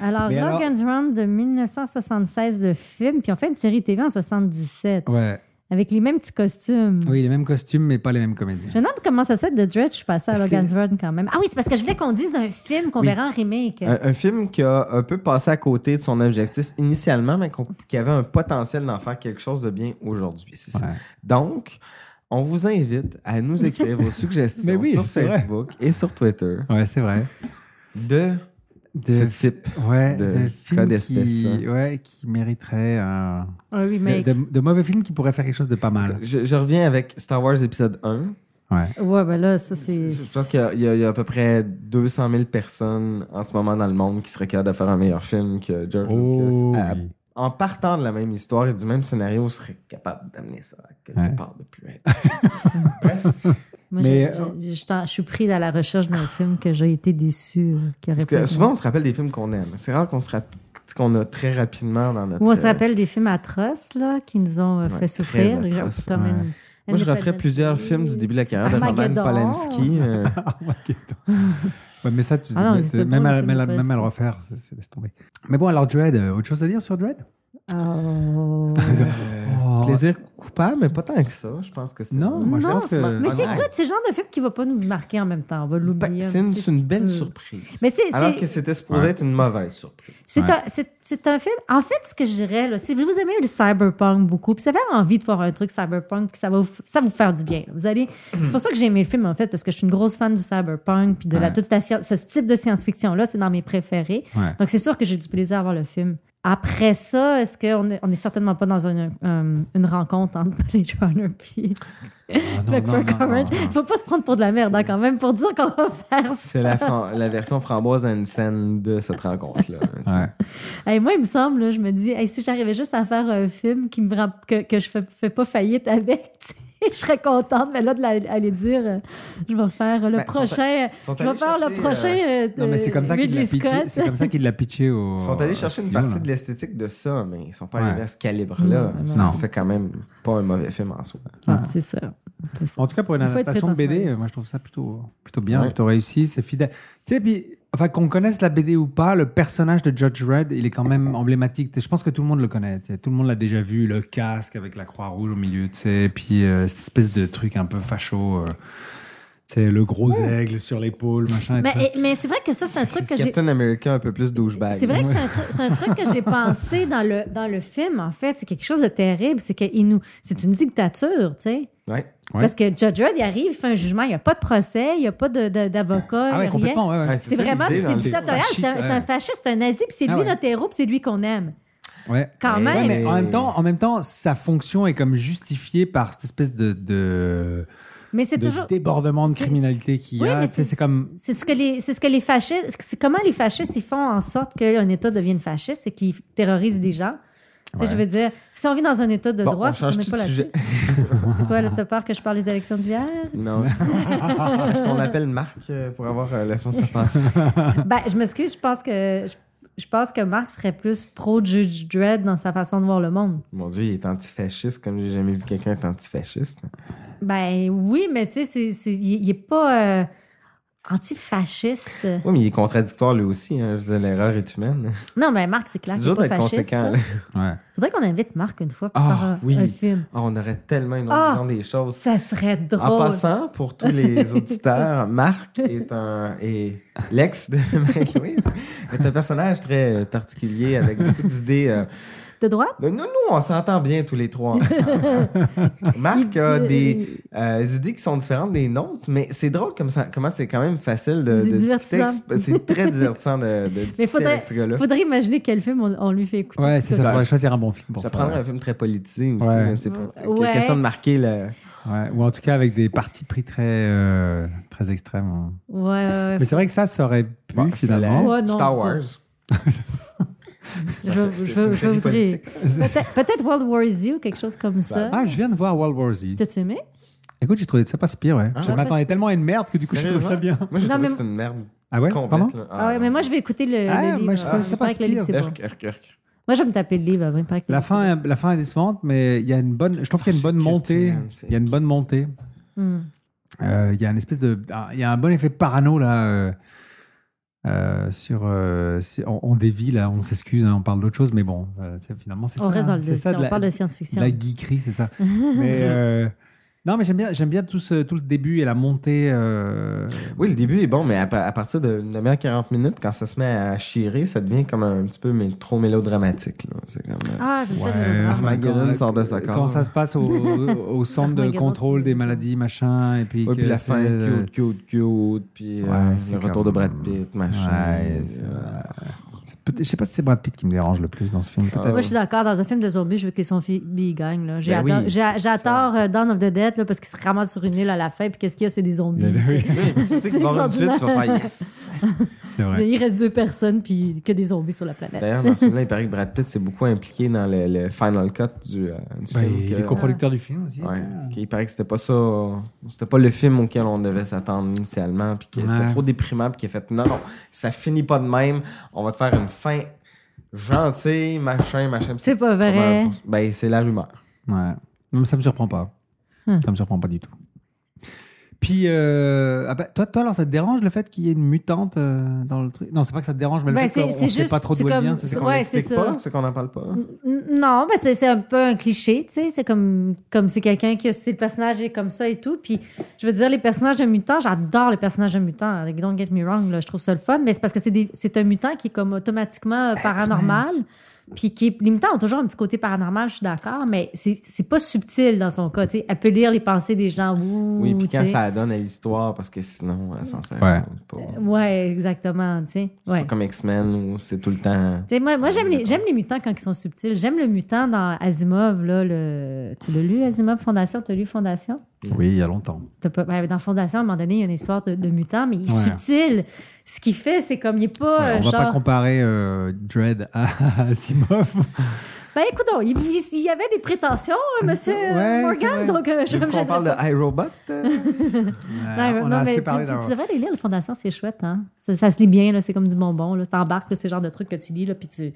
S10: Alors,
S9: Mais alors-
S10: Logan's Run de 1976 de film, puis on fait une série TV en 77
S9: Ouais.
S10: avec les mêmes petits costumes.
S9: Oui, les mêmes costumes, mais pas les mêmes comédiens.
S10: Je me demande comment ça se fait de Dredge, je suis passée à
S11: C'est-
S10: Logan's Run quand même. Ah oui, c'est parce que je voulais qu'on dise un film qu'on
S11: Oui. Euh,
S10: verra en remake.
S11: Un, un film qui a un peu passé à côté de son objectif initialement, mais qu'on- qui avait un potentiel d'en faire quelque chose de bien aujourd'hui. C'est ça.
S9: Ouais.
S11: Donc, on vous invite à nous écrire vos
S9: Mais
S11: suggestions
S9: oui,
S11: sur
S9: c'est vrai.
S11: Facebook et sur Twitter
S9: Ouais, c'est vrai.
S11: de,
S9: De-
S11: ce type.
S9: Ouais,
S11: De
S9: de,
S11: cas
S9: films
S11: d'espèce,
S9: qui,
S11: hein.
S9: ouais, qui mériterait un.
S10: Un
S9: De,
S10: remake.
S9: de- de mauvais films qui pourraient faire quelque chose de pas mal.
S11: Je, je reviens avec Star Wars épisode 1.
S9: Ouais.
S10: Ouais, ben là, ça, c'est.
S11: Je pense qu'il y a- il y, a- il y a à peu près 200 000 personnes en ce moment dans le monde qui seraient capables de faire un meilleur film que George
S9: Oh,
S11: Lucas. À-
S9: oui.
S11: en partant de la même histoire et du même scénario, serait capable d'amener ça à quelque
S9: Ouais.
S11: part de plus loin.
S10: Moi,
S9: Mais,
S10: je,
S11: euh,
S10: je- je t'en- je suis pris dans la recherche d'un film que j'ai été euh, déçu.
S11: Parce que souvent, on se rappelle des films qu'on aime. C'est rare qu'on se rapp- qu'on a très rapidement dans notre.
S10: Ou on se
S11: euh,
S10: rappelle des films atroces là, qui nous ont euh,
S11: Ouais,
S10: fait
S11: très
S10: souffrir,
S11: atroces,
S10: comme
S9: ouais.
S10: une
S11: Moi, je referais plusieurs films du début de la carrière de Roman
S10: Armageddon.
S11: Polanski. euh.
S9: Ah. Ouais, mais ça, tu
S10: Ah non,
S9: mais
S10: il
S9: c'est-
S10: était
S9: même,
S10: bon, le
S9: à,
S10: film de
S9: même à- même à le
S10: Polanski.
S9: refaire, c'est- c'est- laisse tomber. Mais bon, alors Dread, euh, autre chose à dire sur Dread
S10: Oh.
S9: Euh, Oh.
S11: Plaisir coupable, mais pas tant que ça. Je pense que c'est.
S9: Non, moi, je
S10: non,
S9: pense
S10: c'est-
S9: que-
S10: mais c'est
S11: Ouais.
S10: good, c'est le genre de film qui va pas nous marquer en même temps. On va l'oublier. un
S11: C'est une,
S10: petit
S11: c'est une belle
S10: peu.
S11: surprise.
S10: Mais c'est-
S11: Alors
S10: c'est-
S11: que c'était supposé
S10: Ouais.
S11: être une mauvaise surprise.
S10: C'est un, c'est- c'est un film. En fait, ce que je dirais, là, si vous aimez le cyberpunk beaucoup, puis ça fait envie de voir un truc cyberpunk, ça va vous, ça va vous faire du bien. là. Vous allez. C'est pour ça que j'ai aimé le film en fait, parce que je suis une grosse fan du cyberpunk puis de la
S13: Ouais.
S10: toute la science- ce type de science-fiction là, c'est dans mes préférés.
S13: Ouais.
S10: Donc c'est sûr que j'ai du plaisir à voir le film. Après ça, est-ce qu'on est, on est certainement pas dans une, euh, une rencontre entre Blade Runner puis
S9: Ah,
S11: non,
S10: Clockwork
S11: non, non,
S10: Orange?
S11: non, non.
S10: Faut pas se prendre pour de la merde hein, quand même pour dire qu'on va faire ça.
S11: C'est la, fran- la version framboise à une scène de cette rencontre-là.
S10: Hey, moi, il me semble, là, je me dis, hey, si j'arrivais juste à faire un film qui me rend- que, que je fais, fais pas faillite avec, tu sais, je serais contente. Mais là, de la- aller dire, euh, je vais faire le
S9: Ben, ils sont
S10: prochain. euh,
S9: a- ils sont
S10: je vais
S9: allés
S10: faire le
S9: chercher,
S10: prochain. euh,
S9: Non, mais c'est comme ça qu'il
S10: Ridley
S9: l'a pitché.
S10: Scott.
S9: C'est comme ça qu'il l'a pitché au.
S11: Ils sont allés chercher une
S9: studio,
S11: partie
S9: là.
S11: de l'esthétique de ça, mais ils sont pas
S9: Ouais.
S11: arrivés à ce calibre-là.
S10: Mm,
S9: Non,
S11: ça
S9: non.
S11: en fait quand même pas un mauvais film en soi.
S10: Ah, c'est ça. C'est ça.
S9: En tout cas, pour une
S10: Il faut être
S9: adaptation de BD,
S10: prétentieux.
S9: euh, moi, je trouve ça plutôt, plutôt bien,
S11: Ouais.
S9: plutôt réussi. C'est fidèle. Tu sais, puis, enfin, qu'on connaisse la BD ou pas, le personnage de Judge Red, il est quand même emblématique. Tu sais, Je pense que tout le monde le connaît. tu sais. Tout le monde l'a déjà vu, le casque avec la croix rouge au milieu, tu sais, puis euh, cette espèce de truc un peu facho. euh, tu sais, le gros aigle sur l'épaule, machin. et
S10: Mais,
S9: tout ça.
S10: et- mais c'est vrai que ça, c'est un truc que j'ai.
S11: Captain America un peu plus douchebag.
S10: C'est vrai que c'est un, truc- c'est un truc que j'ai pensé dans le, dans le film, en fait. C'est quelque chose de terrible. C'est qu'il nous. C'est une dictature, tu sais.
S11: Ouais.
S10: Parce que Judge Red, il arrive, il fait un jugement, il n'y a pas de procès, il n'y a pas de- de- d'avocat, il
S9: Ah ouais,
S10: n'y a rien.
S9: complètement, ouais, ouais. Ouais, c'est
S10: c'est
S9: ça
S10: vraiment,
S9: l'idée,
S10: c'est
S9: dans le
S10: dictatorial, c'est un,
S9: fasciste,
S10: c'est un
S9: ouais.
S10: fasciste, un nazi, puis c'est
S9: Ah
S10: lui
S9: ouais.
S10: notre héros, puis c'est lui qu'on aime.
S9: Ouais.
S10: Quand
S9: Ouais,
S10: même.
S9: mais en même temps, en même temps, sa fonction est comme justifiée par cette espèce de, de
S10: Mais c'est
S9: de
S10: toujours-
S9: débordement de
S10: c'est-
S9: criminalité qu'il y
S10: Oui,
S9: a.
S10: mais
S9: Tu sais, C'est comme
S10: C'est ce que les, c'est ce que les fascistes, c'est comment les fascistes ils font en sorte qu'un État devienne fasciste, c'est qu'ils terrorisent des gens. Tu sais,
S11: Ouais.
S10: je veux dire, si on vit dans un État de
S11: Bon,
S10: droit,
S11: on
S10: c'est
S11: change
S10: qu'on n'est
S11: tout
S10: pas
S11: de
S10: là-dessus.
S11: sujet.
S10: C'est quoi, là, t'as peur que je parle des élections d'hier?
S11: Non. Est-ce qu'on appelle Marc euh, pour avoir euh, le fond de sa pensée?
S10: Ben, je m'excuse, je pense que je, je pense que Marx serait plus pro Judge Dredd dans sa façon de voir le monde.
S11: Mon Dieu, il est antifasciste comme j'ai jamais vu quelqu'un être antifasciste.
S10: Ben oui, mais tu sais, c'est- c'est- il il est pas euh, antifasciste.
S11: Oui, mais il est contradictoire lui aussi. hein. Je veux dire, l'erreur est humaine.
S10: Non, mais Marc, c'est clair
S11: C'est
S10: qu'il est pas
S11: dur d'être
S10: fasciste. hein.
S11: conséquent.
S10: ça.
S11: là.
S10: Faudrait qu'on invite Marc une fois pour faire
S11: Ah
S10: un,
S11: oui.
S10: un film.
S11: Ah, on aurait tellement une
S10: Ah,
S11: autre des choses.
S10: Ça serait drôle.
S11: En passant, pour tous les auditeurs, Marc est un est l'ex de Marie-Louise est un personnage très particulier avec beaucoup d'idées. euh.
S10: De droite?
S11: Non, non, non, on s'entend bien tous les trois. Marc a des euh, idées qui sont différentes des nôtres, mais c'est drôle comme ça, comment c'est quand même facile de,
S10: C'est
S11: de discuter.
S10: divertissant.
S11: avec- C'est très divertissant de, de discuter
S10: Mais faudrait,
S11: avec ce gars-là.
S10: faudrait imaginer quel film on, on lui fait écouter.
S9: ouais, c'est ça. Faudrait choisir un bon film pour
S11: Ça
S9: ça.
S11: prendrait
S9: ouais.
S11: un film très politisé aussi,
S9: Ouais.
S11: là, tu sais, pour-
S10: Ouais.
S11: question de marquer le.
S9: Ouais, ou en tout cas avec des partis pris très euh, très extrêmes. hein.
S10: Ouais, ouais, ouais.
S9: Mais c'est vrai que ça, ça aurait pu
S11: Bon, c'est
S9: finalement.
S10: la- Ouais, Ah non, pas-
S11: Star Wars.
S10: Je, je-
S11: C'est
S10: je-
S11: une
S10: je
S11: série
S10: voudrais.
S11: politique, ça.
S10: Peut-être peut-être World War Z ou quelque chose comme ça.
S9: Ah, je viens de voir World War Z.
S10: T'as-tu aimé?
S9: Écoute, j'ai trouvé ça pas si pire. Ouais.
S11: Ah,
S9: je
S10: ouais, parce
S9: m'attendais
S10: que-
S9: tellement à une merde que du coup, je trouve ça bien.
S11: Moi, je
S10: Non,
S11: trouve
S10: mais-
S11: que c'est une merde.
S9: Ah ouais?
S11: complète,
S9: Pardon?
S11: là.
S10: Ah, ouais, mais moi, je vais écouter le, le
S9: Ah,
S10: livre.
S9: moi, je trouve ça
S10: Il
S9: pas
S10: paraît
S9: si
S10: que hein. le livre,
S9: pire.
S10: c'est bon.
S11: Erk, erk, erk.
S10: Moi, je vais me taper le livre. Après, il paraît que le
S9: La
S10: livre,
S9: fin, hein. la fin est décevante, mais il y a une bonne. Je trouve qu'il y a une
S11: Ah,
S9: bonne montée. Il y a une bonne montée.
S10: c'est bon. Hmm.
S9: Euh, Il y a une espèce de, ah, il y a un bon effet parano là. euh, euh, sur, euh, si- on, on dévie là, on s'excuse, hein, on parle d'autre chose, mais bon, euh, c'est- finalement c'est ça.
S10: On reste dans
S9: hein,
S10: le
S9: c'est ça
S10: dossier,
S9: de
S10: on
S9: la-
S10: parle de science-fiction.
S9: La geekerie, c'est ça. mais euh, non, mais j'aime bien, j'aime bien tout ce- tout le début et la montée. euh,
S11: Oui, le début est bon, mais à, pa- à partir de 9h40 minutes, quand ça se met à chirer, ça devient comme un petit peu mais, trop mélodramatique. là. C'est comme, euh,
S10: Ah, j'aime ça.
S9: Ouais,
S10: le livre.
S11: Armageddon
S9: quand-
S11: sort de sa corde.
S9: Quand ça se passe au, au centre de
S10: Armageddon.
S9: contrôle des maladies, machin, et puis,
S11: ouais,
S9: que
S11: puis la
S9: c'est euh,
S11: fin,
S9: le-
S11: cute, cute, cute, puis euh,
S9: Ouais,
S11: le
S9: c'est
S11: retour
S9: comme-
S11: de Brad Pitt, machin. euh,
S9: Ouais, c'est- euh, c'est peut- Je sais pas si c'est Brad Pitt qui me dérange le plus dans ce
S11: Ah.
S9: film. peut-être.
S10: Moi, je suis d'accord. Dans un film de zombies, je veux que les zombies gagnent. là. J'ai
S9: Ben
S10: adore-
S9: oui,
S10: j'ai- J'adore euh, Dawn of the Dead là, parce qu'ils se ramassent sur une île à la fin. Puis qu'est-ce qu'il y a? C'est des zombies.
S9: Il y
S10: tu
S9: a-
S10: sais.
S11: tu sais
S10: C'est
S11: qu'ils vont avoir une suite, tu vas faire
S10: extraordinaire.
S11: yes.
S9: C'est vrai.
S10: Il reste deux personnes, puis que des zombies sur la planète.
S11: D'ailleurs, dans ce film-là, il paraît que Brad Pitt s'est beaucoup impliqué dans le, le final cut du, euh, du
S9: Ben,
S11: film.
S9: il
S11: que-
S9: est coproducteur du film aussi.
S11: Ouais. ok, Il paraît que c'était pas ça. C'était pas le film auquel on devait s'attendre initialement. Puis que
S9: Ouais.
S11: c'était trop déprimant. Puis qu'il a fait non, non, ça finit pas de même. On va te faire une fin gentille, machin, machin. Puis
S10: C'est pas vrai.
S11: Ben, c'est la rumeur.
S9: Ouais. Non, mais ça me surprend pas.
S10: Hmm.
S9: Ça me surprend pas du tout. Puis, euh, ah bah, toi, toi, alors, ça te dérange le fait qu'il y ait une mutante euh, dans le truc Non, c'est pas que ça te dérange, mais le
S10: Ben,
S9: fait
S10: c'est-
S9: qu'on
S10: c'est
S9: sait
S10: juste-
S9: pas trop
S10: c'est
S9: d'où elle
S10: comme-
S9: vient,
S10: c'est-
S9: qu'on
S10: ouais,
S9: l'explique
S10: c'est
S9: pas.
S10: ça.
S11: C'est qu'on n'en parle pas.
S10: Mm, Non, mais c'est, c'est un peu un cliché, tu sais. C'est comme, comme c'est quelqu'un qui, c'est le personnage est comme ça et tout. Puis, je veux dire, les personnages de mutants, j'adore les personnages de mutants. Like, Don't get me wrong, là, je trouve ça le fun. Mais c'est parce que c'est, des- c'est un mutant qui est comme automatiquement euh, paranormal. Puis, qui est- les mutants ont toujours un petit côté paranormal, je suis d'accord. Mais c'est, c'est pas subtil dans son cas, tu sais. Elle peut lire les pensées des gens. Ouh,
S11: Oui, puis
S10: tu
S11: quand
S10: sais.
S11: ça la donne à l'histoire, parce que sinon, elle s'en sert
S9: Ouais.
S11: pas.
S10: Ouais, exactement, tu sais.
S11: C'est
S10: Ouais.
S11: pas comme X-Men où c'est tout le temps.
S10: Tu sais, moi, moi j'aime les, j'aime les mutants quand ils sont subtils. J'aime le mutant dans Asimov. Là, le... Tu l'as lu, Asimov Fondation? Tu as lu Fondation?
S9: Oui, il y a longtemps.
S10: T'as pas- ouais, dans Fondation, à un moment donné, il y a une histoire de, de mutant, mais il est
S9: Ouais.
S10: subtil. Ce qu'il fait, c'est comme il est pas
S9: Ouais,
S10: euh,
S9: on va pas
S10: genre.
S9: comparer euh, Dread à Asimov.
S10: Ben écoute, il, il y avait des prétentions, euh, monsieur
S9: Ouais,
S10: Morgan,
S9: c'est vrai.
S10: donc euh, je
S11: Tu veux qu'on parle de iRobot?
S10: Non, non, mais tu, tu- tu devrais les lire, les fondations, c'est chouette. Hein? Ça, ça se lit bien, là, c'est comme du bonbon. Là. T'embarques, là, c'est le genre de truc que tu lis, là, puis tu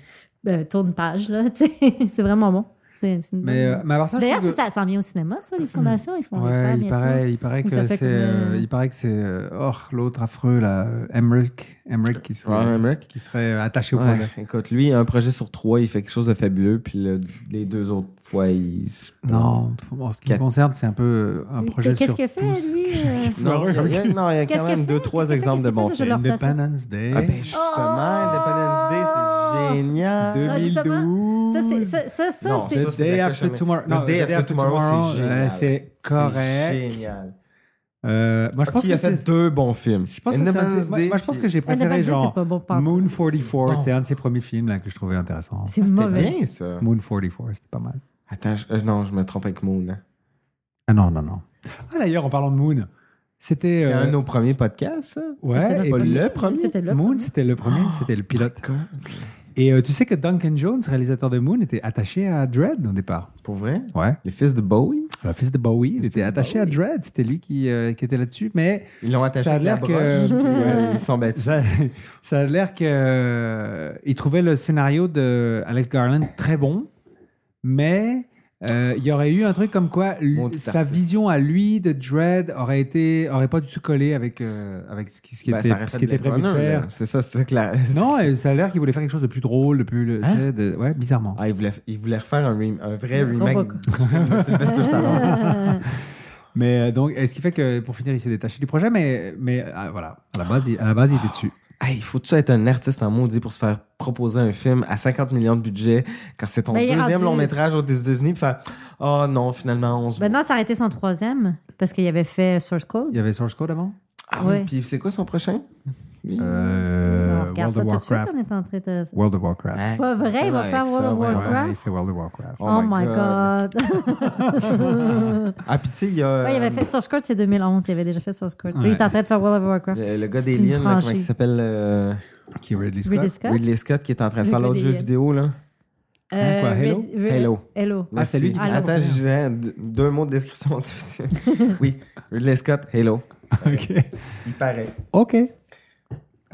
S10: euh, tournes page. Là, tu sais. c'est vraiment bon. C'est, c'est une
S9: Mais,
S10: bonne-
S9: euh, mais alors ça, je
S10: D'ailleurs,
S9: trouve
S10: ça, ça s'en vient au cinéma, ça, les fondations, ils se font les
S9: Ouais,
S10: faire
S9: il
S10: bientôt.
S9: paraît, il paraît
S10: Ou
S9: que
S10: ça
S9: c'est,
S10: fait comme,
S9: euh,
S10: euh,
S9: il paraît que c'est, euh, oh, l'autre affreux là, euh, Emmerich, Emmerich qui serait,
S11: Ouais, Emmerich.
S9: qui serait euh, attaché au
S11: Ouais,
S9: projet.
S11: écoute, lui, un projet sur trois, il fait quelque chose de fabuleux, puis le- les deux autres fois, il. se-
S9: Non, en ce qui me
S11: Quatre-
S9: concerne, c'est un peu euh, un projet
S10: Qu'est-ce
S9: sur
S10: qu'il fait,
S9: tous.
S10: lui euh,
S11: Non, il y a, il y a- non, il y a
S10: Qu'est-ce
S11: quand même
S10: qu'elle
S11: deux,
S10: fait?
S11: trois
S10: Qu'est-ce
S11: exemples de
S10: qu'elle fait?
S11: bons
S10: Qu'est-ce qu'elle fait? Je
S11: films.
S10: leur place.
S9: Independence Day.
S11: Ah ben justement, Independence Day, c'est génial.
S10: Non, justement,
S9: 2012.
S10: Ça, c'est, ça, ça, ça,
S11: Non,
S10: c'est.
S11: ça,
S9: The
S11: c'est
S9: Day
S11: Dakota
S9: After
S11: Shannon.
S9: Tomorrow.
S11: The
S9: Non,
S11: Day After Tomorrow, c'est
S9: euh,
S11: génial.
S9: c'est
S11: C'est
S9: correct.
S11: Génial.
S9: Euh, moi, je pense
S11: Ok, il Ah, a
S9: que c'est-
S11: fait deux bons films.
S9: Je pense que c'est un de ses- moi, moi, je pense que j'ai préféré
S10: Independence Day,
S9: genre
S10: c'est pas bon, pas en
S9: Moon
S10: tout.
S9: 44,
S11: C'est bon.
S9: c'est un de ses premiers films là, que je trouvais intéressant.
S10: C'est
S11: C'était
S10: mauvais.
S11: bien, ça.
S9: Moon 44, c'était pas mal.
S11: Attends, je- euh, non, je me trompe avec Moon. hein.
S9: Ah non, non, non. Ah d'ailleurs, en parlant de Moon, c'était...
S11: C'est
S9: euh,
S11: un de nos premiers podcasts, ça?
S9: Ouais,
S11: C'était
S9: et
S11: pas
S9: puis-
S11: le premier? Oh.
S10: C'était le
S9: Moon, c'était le premier, c'était le pilote. Et euh, tu sais que Duncan Jones, réalisateur de Moon, était attaché à Dredd au départ.
S11: Pour vrai?
S9: Ouais.
S11: Les fils de Bowie?
S9: Le fils de Bowie, il était attaché à Dredd. C'était lui qui, euh, qui était là-dessus. Mais
S11: Ils l'ont attaché
S9: ça a
S11: avec la
S9: l'air que. euh,
S11: broche, puis, ouais, ils sont battus.
S9: Ça, ça a l'air que euh, il trouvait le scénario de Alex Garland très bon, mais euh, il y aurait eu un truc comme quoi l-
S11: Maudit
S9: sa
S11: artiste.
S9: vision à lui de Dread aurait été aurait pas du tout collé avec euh, avec ce qui, ce qui
S11: Ben, ça
S9: était
S11: aurait
S9: ce
S11: fait
S9: qui était
S11: Blade
S9: prévu de
S11: Runner,
S9: faire.
S11: là. C'est ça, c'est ça que la...
S9: Non, et ça a l'air qu'il voulait faire quelque chose de plus drôle, de plus, le- tu
S11: Hein?
S9: sais, de- ouais, bizarrement.
S11: Ah, il voulait, il voulait refaire un, rem- un vrai remake
S10: Robocop.
S11: du film de Sylvester Stallone.
S9: Mais euh, donc, et ce qui fait que pour finir, il s'est détaché du projet, mais mais ah, voilà, à la base, il, à la base, il était dessus.
S11: Hey, faut-tu être un artiste en maudit pour se faire proposer un film à 50 millions de budget quand c'est ton
S10: Ben, il est
S11: deuxième
S10: rendu-
S11: long métrage aux États-Unis puis faire Ah non, finalement, on se voit.
S10: Maintenant, Ben ça a arrêté son troisième parce qu'il avait fait Source Code.
S9: Il y avait Source Code avant.
S11: Ah oui,
S10: Ouais.
S11: puis c'est quoi son prochain
S9: Euh,
S10: Hmm. on regarde
S9: World
S10: ça
S9: of
S10: tout de suite,
S9: Warcraft.
S10: on est en train de.
S9: World of Warcraft.
S11: Ouais,
S10: Pas vrai, il va
S11: ouais,
S10: faire
S11: ça,
S10: World of
S11: ouais, ouais.
S10: Warcraft.
S9: Ouais, il fait World of Warcraft.
S10: Oh, my god.
S11: Ah, puis tu sais, il y a.
S10: Ouais, il
S11: euh,
S10: avait fait Source Code, c'est 2011. Il avait déjà fait Source Code. Puis
S9: Ouais.
S10: il est en train de faire World of Warcraft.
S11: euh, le, le gars
S10: C'est
S11: des
S10: une
S11: liens, là, comment il
S10: franchise.
S11: s'appelle euh,
S9: Qui Ridley
S10: Ridley Scott?
S11: Ridley Scott qui est en train de
S10: Le
S11: faire
S10: gars
S11: l'autre
S10: des
S11: jeu
S10: liens.
S11: vidéo, là.
S9: Hein, quoi,
S10: Red-
S9: Hello?
S10: Red-
S11: Hello.
S10: Euh, Hello.
S9: Ah, c'est lui qui
S10: fait ça.
S11: Attends, j'ai deux mots de description du film. oui, Ridley Scott, Hello.
S9: ok.
S11: Il paraît.
S9: Ok.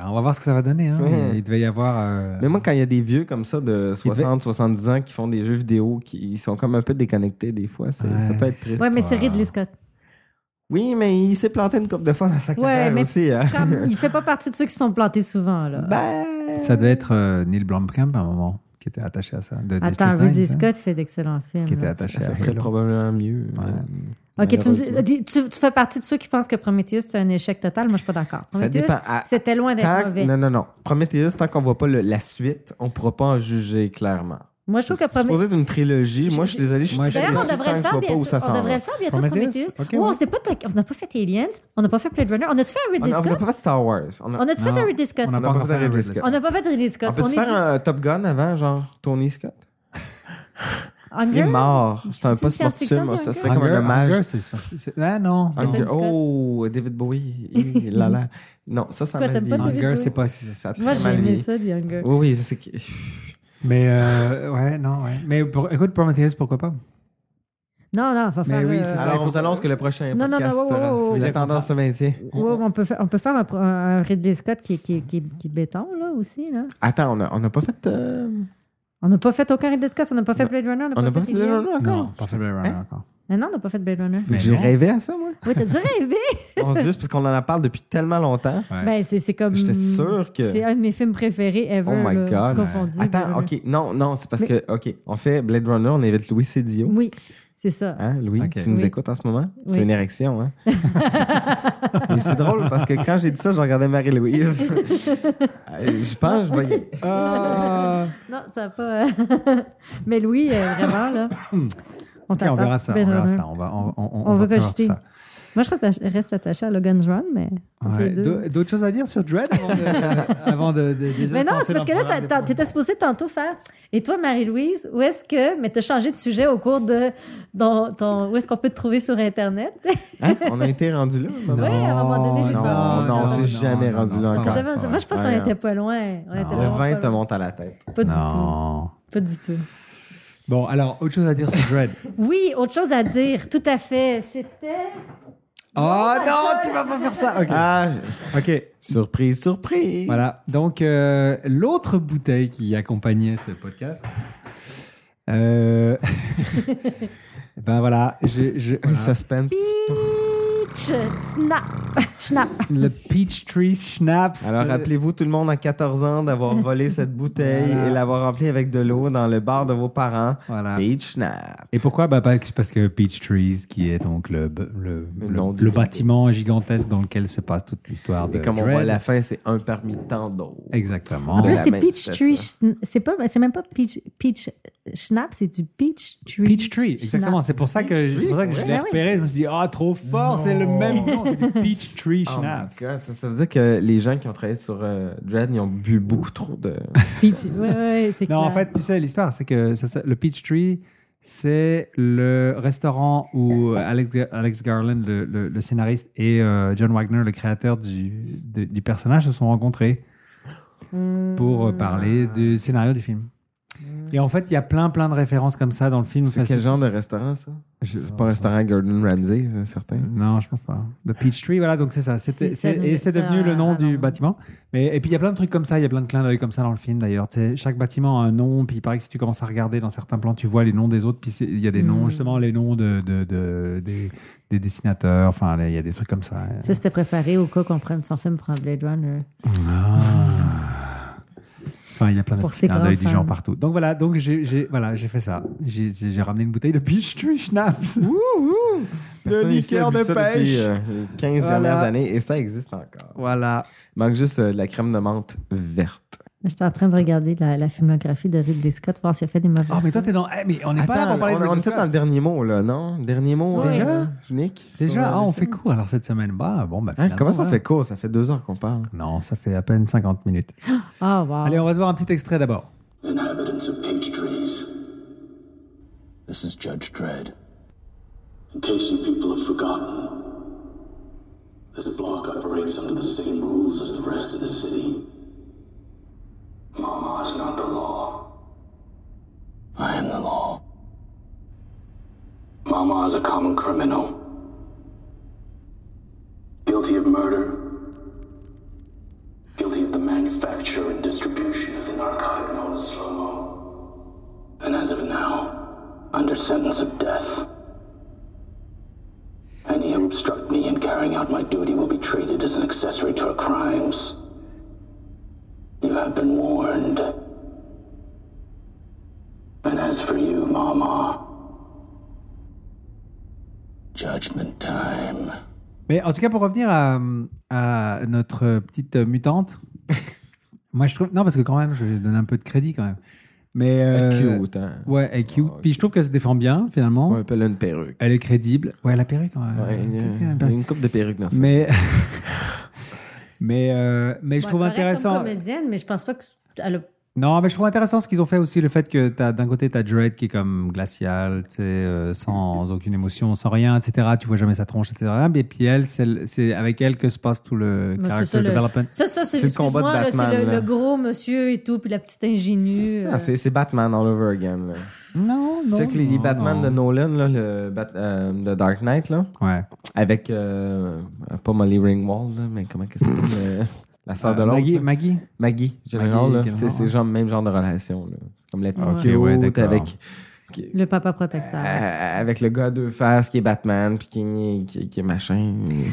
S9: Alors, on va voir ce que ça va donner. hein.
S11: Ouais.
S9: Il devait y avoir. euh,
S11: Mais moi, quand il y a des vieux comme ça de
S9: Il devait-
S11: 60, 70 ans qui font des jeux vidéo, qui ils sont comme un peu déconnectés des fois, c'est-
S9: Ouais.
S11: ça peut être triste.
S10: Ouais, mais c'est
S9: Ah.
S10: Ridley Scott.
S11: Oui, mais il s'est planté une couple de fois dans sa carrière
S10: mais
S11: aussi. hein.
S10: Comme, il fait pas partie de ceux qui sont plantés souvent, là.
S11: Ben...
S9: Ça devait être euh, Neil Blomkamp à un moment qui était attaché à ça. de
S10: Attends,
S9: District
S10: Ridley
S9: Nine, ça,
S11: hein.
S10: Scott fait d'excellents films.
S9: Qui était
S10: là.
S9: attaché
S11: Ça
S9: à
S11: serait
S9: Halo.
S11: probablement mieux.
S9: Ouais.
S11: euh,
S10: Ok, tu, me dis-
S11: malheureusement.
S10: tu, tu fais partie de ceux qui pensent que Prometheus c'est un échec total. Moi, je suis pas d'accord.
S11: Ça
S10: Prometheus,
S11: dépend. À-
S10: c'était loin
S11: Tant-
S10: d'être mauvais.
S11: Non, non, non. Prometheus, tant qu'on voit pas le- la suite, on pourra pas en juger clairement.
S10: Moi, je trouve que
S11: C'est
S10: Prometheus.
S11: supposé être une trilogie. Moi, je suis désolé, je suis
S9: Moi,
S11: très
S9: je-
S10: D'ailleurs, on
S11: déçu
S10: devrait
S11: tant
S10: le
S11: que je
S10: faire
S11: vois pas
S10: bientôt.
S11: où ça s'en
S10: On
S11: va.
S10: devrait le faire bientôt, Prometheus.
S9: Prometheus? Ok,
S10: Oh,
S9: ouais.
S10: on sait pas ta- on n'a pas fait Aliens, on n'a pas fait Blade Runner, on a-tu fait un
S11: On
S10: Ridley
S11: n'a
S10: Scott?
S11: pas fait Star Wars. On a-
S10: On a-tu
S9: Non,
S10: fait un Ridley Scott?
S9: On n'a
S11: On
S9: pas encore fait un Ridley Scott.
S10: On n'a pas fait de Ridley
S11: On
S10: Scott.
S11: peut
S10: On, est
S11: faire
S10: du
S11: un Top Gun avant, genre Tony Scott? Il
S10: Hunger?
S11: est mort. C'est un
S10: C'est
S11: post
S10: une science-fiction,
S11: mortem.
S10: tu
S11: Ça
S10: vois,
S11: serait comme
S9: Hunger-
S11: un
S9: Hunger,
S11: hommage.
S9: c'est ça. C'est- Ah non.
S10: C'est
S9: non.
S10: un-
S11: Hunger- Oh, David Bowie. Hi, là, là. Non, ça, ça
S10: Pourquoi
S11: m'a
S10: t'aimes pas
S11: lié.
S10: David
S9: Hunger,
S10: Bowie?
S9: c'est pas.
S11: Ça a très
S10: Moi, j'ai
S11: mal
S10: aimé
S11: lié.
S10: ça, The Hunger.
S11: Oui, oui, c'est que-
S9: Mais euh, ouais, non, ouais. Mais pour- écoute, Prometheus, pourquoi pas
S10: Non, non, faut faire.
S9: Mais oui,
S10: euh,
S9: c'est ça.
S11: Alors, on vous annonce que le prochain
S10: Non, non,
S11: podcast
S10: non, wow,
S11: sera-
S10: wow, wow.
S11: Si la tendance se maintient.
S10: ouais, on, peut faire, on peut faire un, un Ridley Scott qui, qui, qui, qui est béton, là, aussi. Là.
S11: Attends, on a- on n'a pas fait. euh,
S10: On n'a pas fait aucun Ridley Scott, on n'a pas fait Blade Runner, on n'a
S11: On
S10: pas,
S11: n'a pas
S10: fait
S11: fait
S10: Alien.
S11: le encore.
S10: Hein?
S9: Non, pas fait Blade Runner encore.
S10: Mais non, on n'a pas fait Blade Runner.
S11: J'ai rêvé à ça, moi.
S10: Oui, t'as dû rêver.
S11: On se dit, parce qu'on en parle depuis tellement longtemps.
S10: Ben, c'est c'est comme.
S11: J'étais sûr que-
S10: C'est un de mes films préférés ever.
S11: Oh my
S10: là,
S11: god.
S10: Confondu. Blade
S11: Attends,
S10: Runner.
S11: ok. Non, non, c'est parce
S10: Mais-
S11: que, ok, on fait Blade Runner, on invite Louis Cédio.
S10: Oui, c'est ça.
S11: Hein, Louis,
S10: Ok.
S11: tu nous
S10: Oui.
S11: écoutes en ce moment? Tu
S10: Oui.
S11: as une érection, hein? Et c'est drôle parce que quand j'ai dit ça, je regardais Marie-Louise. Euh, je pense que je voyais. Ah!
S10: Non, ça n'a pas. euh, Mais Louis, euh, vraiment, là. On
S9: Ok, on
S10: t'attend.
S9: verra ça. On
S10: Blade
S9: verra
S10: Runner.
S9: ça. On va, on, on,
S10: On va
S9: voir
S10: cogiter.
S9: ça.
S10: Moi, je rattache- reste attachée à Logan's Run, mais. entre
S9: Ouais.
S10: les deux.
S9: D'au- D'autres choses à dire sur Dread avant de, avant de- de- déjà
S10: Mais
S9: se
S10: non,
S9: lancer
S10: c'est parce que là,
S9: dans le
S10: ça- t'en- t'étais supposé tantôt faire. Et toi, Marie-Louise, où est-ce que. Mais t'as changé de sujet au cours de. Dans, ton... Où est-ce qu'on peut te trouver sur Internet?
S11: Hein? On a été rendu là? maman?
S10: Ouais,
S9: Oh,
S10: à un moment donné, j'ai
S11: non,
S10: senti,
S11: non,
S10: genre-
S11: on s'est jamais rendu là
S10: On
S11: encore.
S10: s'est jamais- Moi, je pense qu'on
S11: Ouais,
S10: n'était
S11: hein.
S10: pas loin. On était
S11: Le
S10: vraiment
S11: vin
S10: pas
S11: te
S10: loin.
S11: monte à la tête.
S10: Pas du
S9: Non.
S10: tout. Pas du tout.
S9: Bon, alors, autre chose à dire sur Dread.
S10: Oui, autre chose à dire, tout à fait. C'était.
S9: Oh non, tu
S10: vas pas
S9: faire ça. OK. OK.
S11: Ah, Surprise, surprise.
S9: Voilà. Donc, euh, l'autre bouteille qui accompagnait ce podcast. euh, ben voilà, je, je,
S11: suspense.
S10: Peach Snap. Snap.
S9: Le Peachtree Schnapps.
S11: Alors,
S9: Euh,
S11: rappelez-vous, tout le monde, à 14 ans, d'avoir volé cette bouteille
S9: Voilà.
S11: et l'avoir remplie avec de l'eau dans le bar de vos parents. Peach Snap.
S9: Et pourquoi bah, bah, c'est Parce que Peach Trees, qui est donc le, le, le-
S11: nom du
S9: le
S11: club.
S9: bâtiment gigantesque dans lequel se passe toute l'histoire de
S11: Et comme on
S9: Dread.
S11: voit à la fin, c'est un parmi tant d'autres.
S9: Exactement.
S10: En
S11: De
S10: plus,
S11: la
S10: c'est
S11: même
S10: Peach Tree.
S11: stature.
S10: C'est pas, c'est même pas Peach, Peach Snap, c'est du Peach Tree.
S9: Peach Tree, exactement.
S10: Schnapps.
S9: C'est pour ça que, c'est pour ça que je
S10: oui.
S9: l'ai
S10: Ah oui.
S9: repéré. Je me suis dit, ah, trop fort, c'est le même nom. C'est du Peach
S11: Oh
S9: Tree
S11: my
S9: Schnapps.
S11: God, ça, ça veut dire que les gens qui ont travaillé sur euh, Dread, ils ont bu beaucoup trop de.
S10: Peach. Ouais, ouais, c'est
S9: Non,
S10: clair.
S9: en fait, tu sais, l'histoire, c'est que ça, ça- le Peachtree, c'est le restaurant où Alex, Alex Garland, le, le- le scénariste, et euh, John Wagner, le créateur du, de- du personnage, se sont rencontrés pour
S11: Hmm.
S9: euh, parler du scénario du film.
S10: Hmm.
S9: Et en fait, il y a plein, plein de références comme ça dans le film.
S11: C'est
S9: Enfin,
S11: quel genre de restaurant, ça? Ah, C'est pas un restaurant Gordon Ramsay, c'est certain.
S9: Non, je pense pas. The Peachtree, voilà, donc c'est ça. C'était-
S11: C'est-
S9: c'est-
S11: ça-
S9: et c'est
S11: ça-
S9: devenu le nom
S11: ah
S9: du bâtiment. Mais, et puis il y a plein de trucs comme ça, il y a plein de clins d'œil comme ça dans le film d'ailleurs. Tu sais, Chaque bâtiment a un nom, puis il paraît que si tu commences à regarder dans certains plans, tu vois les noms des autres, puis c'est- il y a des noms,
S10: Mm.
S9: justement, les noms de, de- de- des, des dessinateurs, enfin, là, il y a des trucs comme ça.
S10: Ça, c'était préparé au cas qu'on prenne son film pour un Blade Runner.
S9: Ah. Enfin, il y a plein de
S10: Pour
S9: petits
S10: ses
S9: clins
S10: grands
S9: d'œil du
S10: fans.
S9: genre partout. Donc voilà, donc j'ai j'ai- voilà, j'ai fait ça. J'ai j'ai ramené une bouteille de Peachtree Schnapps. Le
S11: Personne ici a
S9: liqueur
S11: bu
S9: de
S11: ça depuis,
S9: pêche.
S11: euh, les 15
S9: Voilà.
S11: dernières années et ça existe encore.
S9: Voilà.
S11: Manque juste euh, de la crème de menthe verte.
S10: J'étais en train de regarder la, la filmographie de Ridley Scott, voir s'il a fait des mauvais.
S9: Oh, mais toi, t'es dans. eh, mais on n'est pas là
S11: Attends,
S9: pour parler
S11: on,
S9: de
S11: on
S9: Ridley
S11: était
S9: Scott.
S11: dans le dernier mot, là, non? Dernier mot,
S9: Ouais.
S11: euh,
S9: Déjà?
S11: Nick? sur, euh,
S9: Déjà, ah,
S11: le
S9: on
S11: film?
S9: fait court alors cette semaine. Bah, bon, bah,
S11: Hein,
S9: finalement,
S11: comment ça
S9: voilà.
S11: fait court? Ça fait deux heures qu'on parle.
S9: Non, ça fait à peine 50 minutes.
S10: Ah, wow.
S9: Allez, on va se voir un petit extrait d'abord.
S3: Inhabitants of Peach Trees. This is Judge Dredd.
S13: In case you people have forgotten, this block operates under the same rules as the rest of the city. Mama is not the law. I am the law. Mama is a common criminal. Guilty of murder. Guilty of the manufacture and distribution of the narcotic known as slow mo. And as of now, under sentence of death. Any who obstruct me in carrying out my duty will be treated as an accessory to her crimes. You have been warned. And as for you, Mama, judgment time.
S9: Mais en tout cas, pour revenir à, à notre petite mutante, moi je trouve. Non, parce que quand même, je vais donner un peu de crédit quand même. Mais. euh,
S11: cute, hein.
S9: Ouais, elle est cute. Puis je trouve qu'elle se défend bien, finalement.
S11: Ouais, puis elle a une perruque.
S9: Elle est crédible. Ouais, la perruque, quand même.
S11: Ouais, il y a-
S9: Elle a une
S11: il y a
S9: perruque.
S11: une coupe de perruque dans ça.
S9: Mais. mais, euh, mais je
S10: Ouais,
S9: trouve
S10: correct
S9: intéressant.
S10: Comme comédienne, mais je pense pas que. Elle a-
S9: Non, mais je trouve intéressant ce qu'ils ont fait aussi, le fait que t'as- d'un côté, tu as Dredd qui est comme glacial, tu sais, euh, sans aucune émotion, sans rien, etc. Tu vois jamais sa tronche, etc. Et puis elle, c'est le- c'est avec elle que se passe tout le
S10: Mais
S9: character
S10: Bah, c'est ça, le-
S9: development.
S10: Ça, ça, c'est excuse-moi, là, C'est le, le gros monsieur et tout, puis la petite euh, ingénue.
S11: Ah, c'est c'est Batman all over again. là.
S9: Non, non.
S11: Check les, les
S9: non,
S11: Batman
S9: non.
S11: de Nolan, là, le Bat- euh, de Dark Knight, là.
S9: Ouais.
S11: Avec, euh, pas Molly Ringwald, là, mais comment que c'est? la sœur de
S9: Euh,
S11: l'autre.
S9: Maggie-
S11: là.
S9: Maggie?
S11: Maggie, Gyllenhaal,
S9: Maggie
S11: là.
S9: Gyllenhaal,
S11: C'est c'est
S9: ouais.
S11: genre le même genre de relation, là. C'est Comme la petite
S9: Ok,
S11: cute
S9: ouais, d'accord.
S11: avec qui-
S10: Le papa protecteur.
S11: euh, avec le gars à deux faces qui est Batman, puis qui, qui- qui est machin. et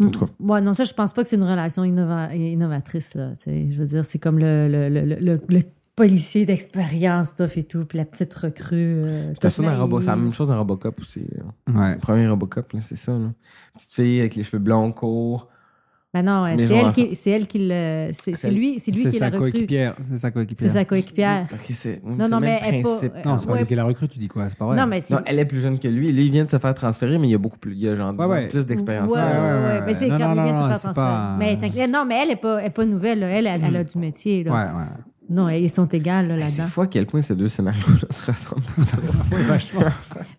S11: tout. En tout cas.
S10: Ouais, non, ça, je pense pas que c'est une relation innova- innovatrice. Là, tu sais. je veux dire, c'est comme le, le, le, le- le- le policier d'expérience, stuff et tout, puis la petite recrue.
S9: Mm.
S10: euh,
S11: C'était
S10: toute
S11: ça dans
S10: naïve.
S11: Robo- c'est la même chose dans Robocop aussi. là. Le premier Robocop, là, c'est ça. là. Petite fille avec les cheveux blonds courts.
S10: Ben non, ouais,
S11: Les
S10: c'est
S11: gens
S10: elle,
S11: ensemble.
S10: qui, c'est elle qui le. C'est, c'est lui, c'est lui qui la recrue.
S9: C'est sa
S10: C'est
S9: coéquipière.
S10: sa coéquipière.
S11: Ok, c'est
S10: Non,
S11: c'est
S10: non, mais
S11: le même
S10: elle est pas- euh,
S11: principe.
S10: Non, c'est pas Ouais. lui qui
S9: la recrue, tu dis quoi? C'est pas
S10: vrai. Non, mais Ben, c'est-
S11: elle est plus jeune que lui. Lui, il vient de se faire transférer, mais il y a beaucoup plus. Il y a genre 10
S9: Ouais,
S11: ans de
S9: ouais.
S11: plus d'expérience.
S10: Ouais, ouais, ouais, ouais. Mais c'est
S11: Non,
S10: quand
S11: non,
S10: il vient de
S11: non,
S10: se faire
S11: c'est
S10: transférer.
S11: pas-
S10: Mais t'inquiète, non, mais elle est pas, elle est pas nouvelle. là. Elle, elle, elle a du métier. Là.
S11: Ouais, ouais.
S10: Non, ils sont égales là,
S11: C'est
S10: là-dedans.
S11: fou à quel point ces deux scénarios se ressemblent. vachement.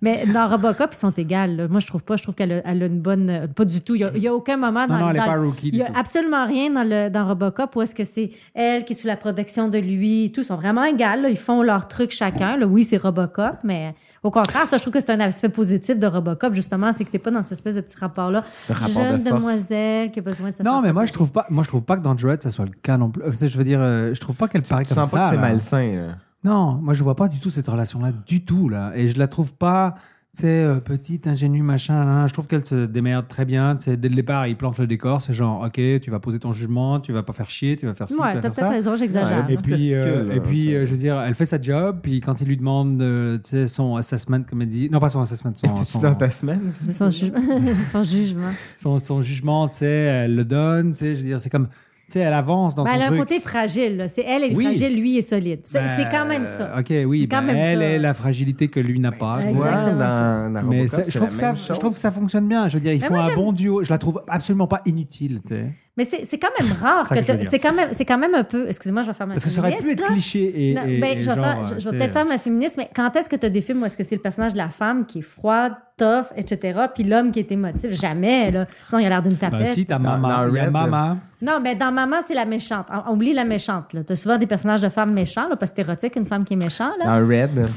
S10: Mais dans Robocop, ils sont égales. là. Moi, je trouve pas. Je trouve qu'elle a, elle a une bonne. euh, Pas du tout. Il y a, il y a aucun moment dans.
S9: non, elle est
S10: dans
S9: pas
S10: le-
S9: rookie
S10: Il y
S9: du
S10: a
S9: tout.
S10: absolument rien dans, le, dans Robocop où est-ce que c'est elle qui est sous la protection de lui. Tous sont vraiment égales. là. Ils font leur truc chacun. là. Oui, c'est Robocop, mais au contraire, ça, je trouve que c'est un aspect positif de Robocop, justement. C'est que t'es pas dans cette espèce de petit rapport-là.
S9: Le rapport de
S10: Jeune
S9: force.
S10: demoiselle qui a besoin de se
S9: Non,
S10: faire
S9: mais moi, je trouve pas, moi, je trouve pas que dans Dread, ça soit le cas non plus. Euh, Je veux dire, euh, je trouve pas qu'elle paraît
S11: Tu
S9: comme ça.
S11: sens pas que c'est
S9: là.
S11: malsain. là.
S9: Non, moi je vois pas du tout cette relation-là du tout là, et je la trouve pas, tu sais, euh, petite, ingénue, machin. là. Je trouve qu'elle se démerde très bien. Tu sais, dès le départ, il plante le décor. C'est genre, ok, tu vas poser ton jugement, tu vas pas faire chier, tu vas faire ci,
S10: Ouais,
S9: tu
S10: t'as
S9: vas faire ça.
S10: peut-être raison, j'exagère.
S9: Et
S10: Ouais,
S9: puis, euh,
S11: testicule,
S9: et
S11: là,
S9: puis, euh, je veux dire, elle fait sa job. Puis quand il lui demande, euh, tu sais, son assessment, comme elle dit, non pas son assessment, son,
S11: T'es-tu
S9: son-
S11: dans ta semaine?
S10: Son, ju- son jugement.
S9: son, son jugement, tu sais, elle le donne. Tu sais, je veux dire, c'est comme, tu sais, elle avance dans
S10: Ben,
S9: son
S10: elle a un
S9: truc.
S10: côté fragile. là. C'est elle, elle est
S9: Oui.
S10: fragile, lui il est solide. C'est
S9: Ben,
S10: c'est quand même ça.
S9: Ok, oui.
S10: C'est quand
S9: ben,
S10: même
S9: elle
S10: ça.
S9: est la fragilité que lui n'a pas.
S10: tu vois, Exactement dans- ça.
S11: dans
S9: mais
S11: Robocop,
S9: ça-
S11: c'est
S9: je, trouve
S11: la
S9: que ça,
S11: même chose.
S9: je trouve que ça fonctionne bien. Je veux dire, ils
S10: Mais
S9: font
S10: moi,
S9: un
S10: j'aime-
S9: bon duo. Je la trouve absolument pas inutile. tu sais.
S10: Mais c'est c'est quand même rare
S9: Ça
S10: que,
S9: que je
S10: t'as-
S9: veux dire.
S10: c'est quand même c'est quand même un peu excusez-moi je vais faire ma
S9: Parce que ça aurait pu
S10: féministe,
S9: être
S10: là.
S9: cliché et.
S10: Non,
S9: et-
S10: ben,
S9: et
S10: je vais,
S9: genre, euh,
S10: faire- je- je vais
S9: tu sais,
S10: peut-être faire ma féministe, mais quand est-ce que tu as des films où est-ce que c'est le personnage de la femme qui est froide, tough, etc., puis l'homme qui est émotif? Jamais, là. Sinon, il a l'air d'une tapette.
S9: Ben, si, ta
S11: Dans-
S9: maman.
S11: dans
S9: il y a
S11: Red,
S9: maman.
S10: Non, mais dans Maman, c'est la méchante. On, on oublie la méchante, là. T'as souvent des personnages de femmes méchants, là, parce que c'est érotique, une femme qui est méchante, là.
S11: Dans Red,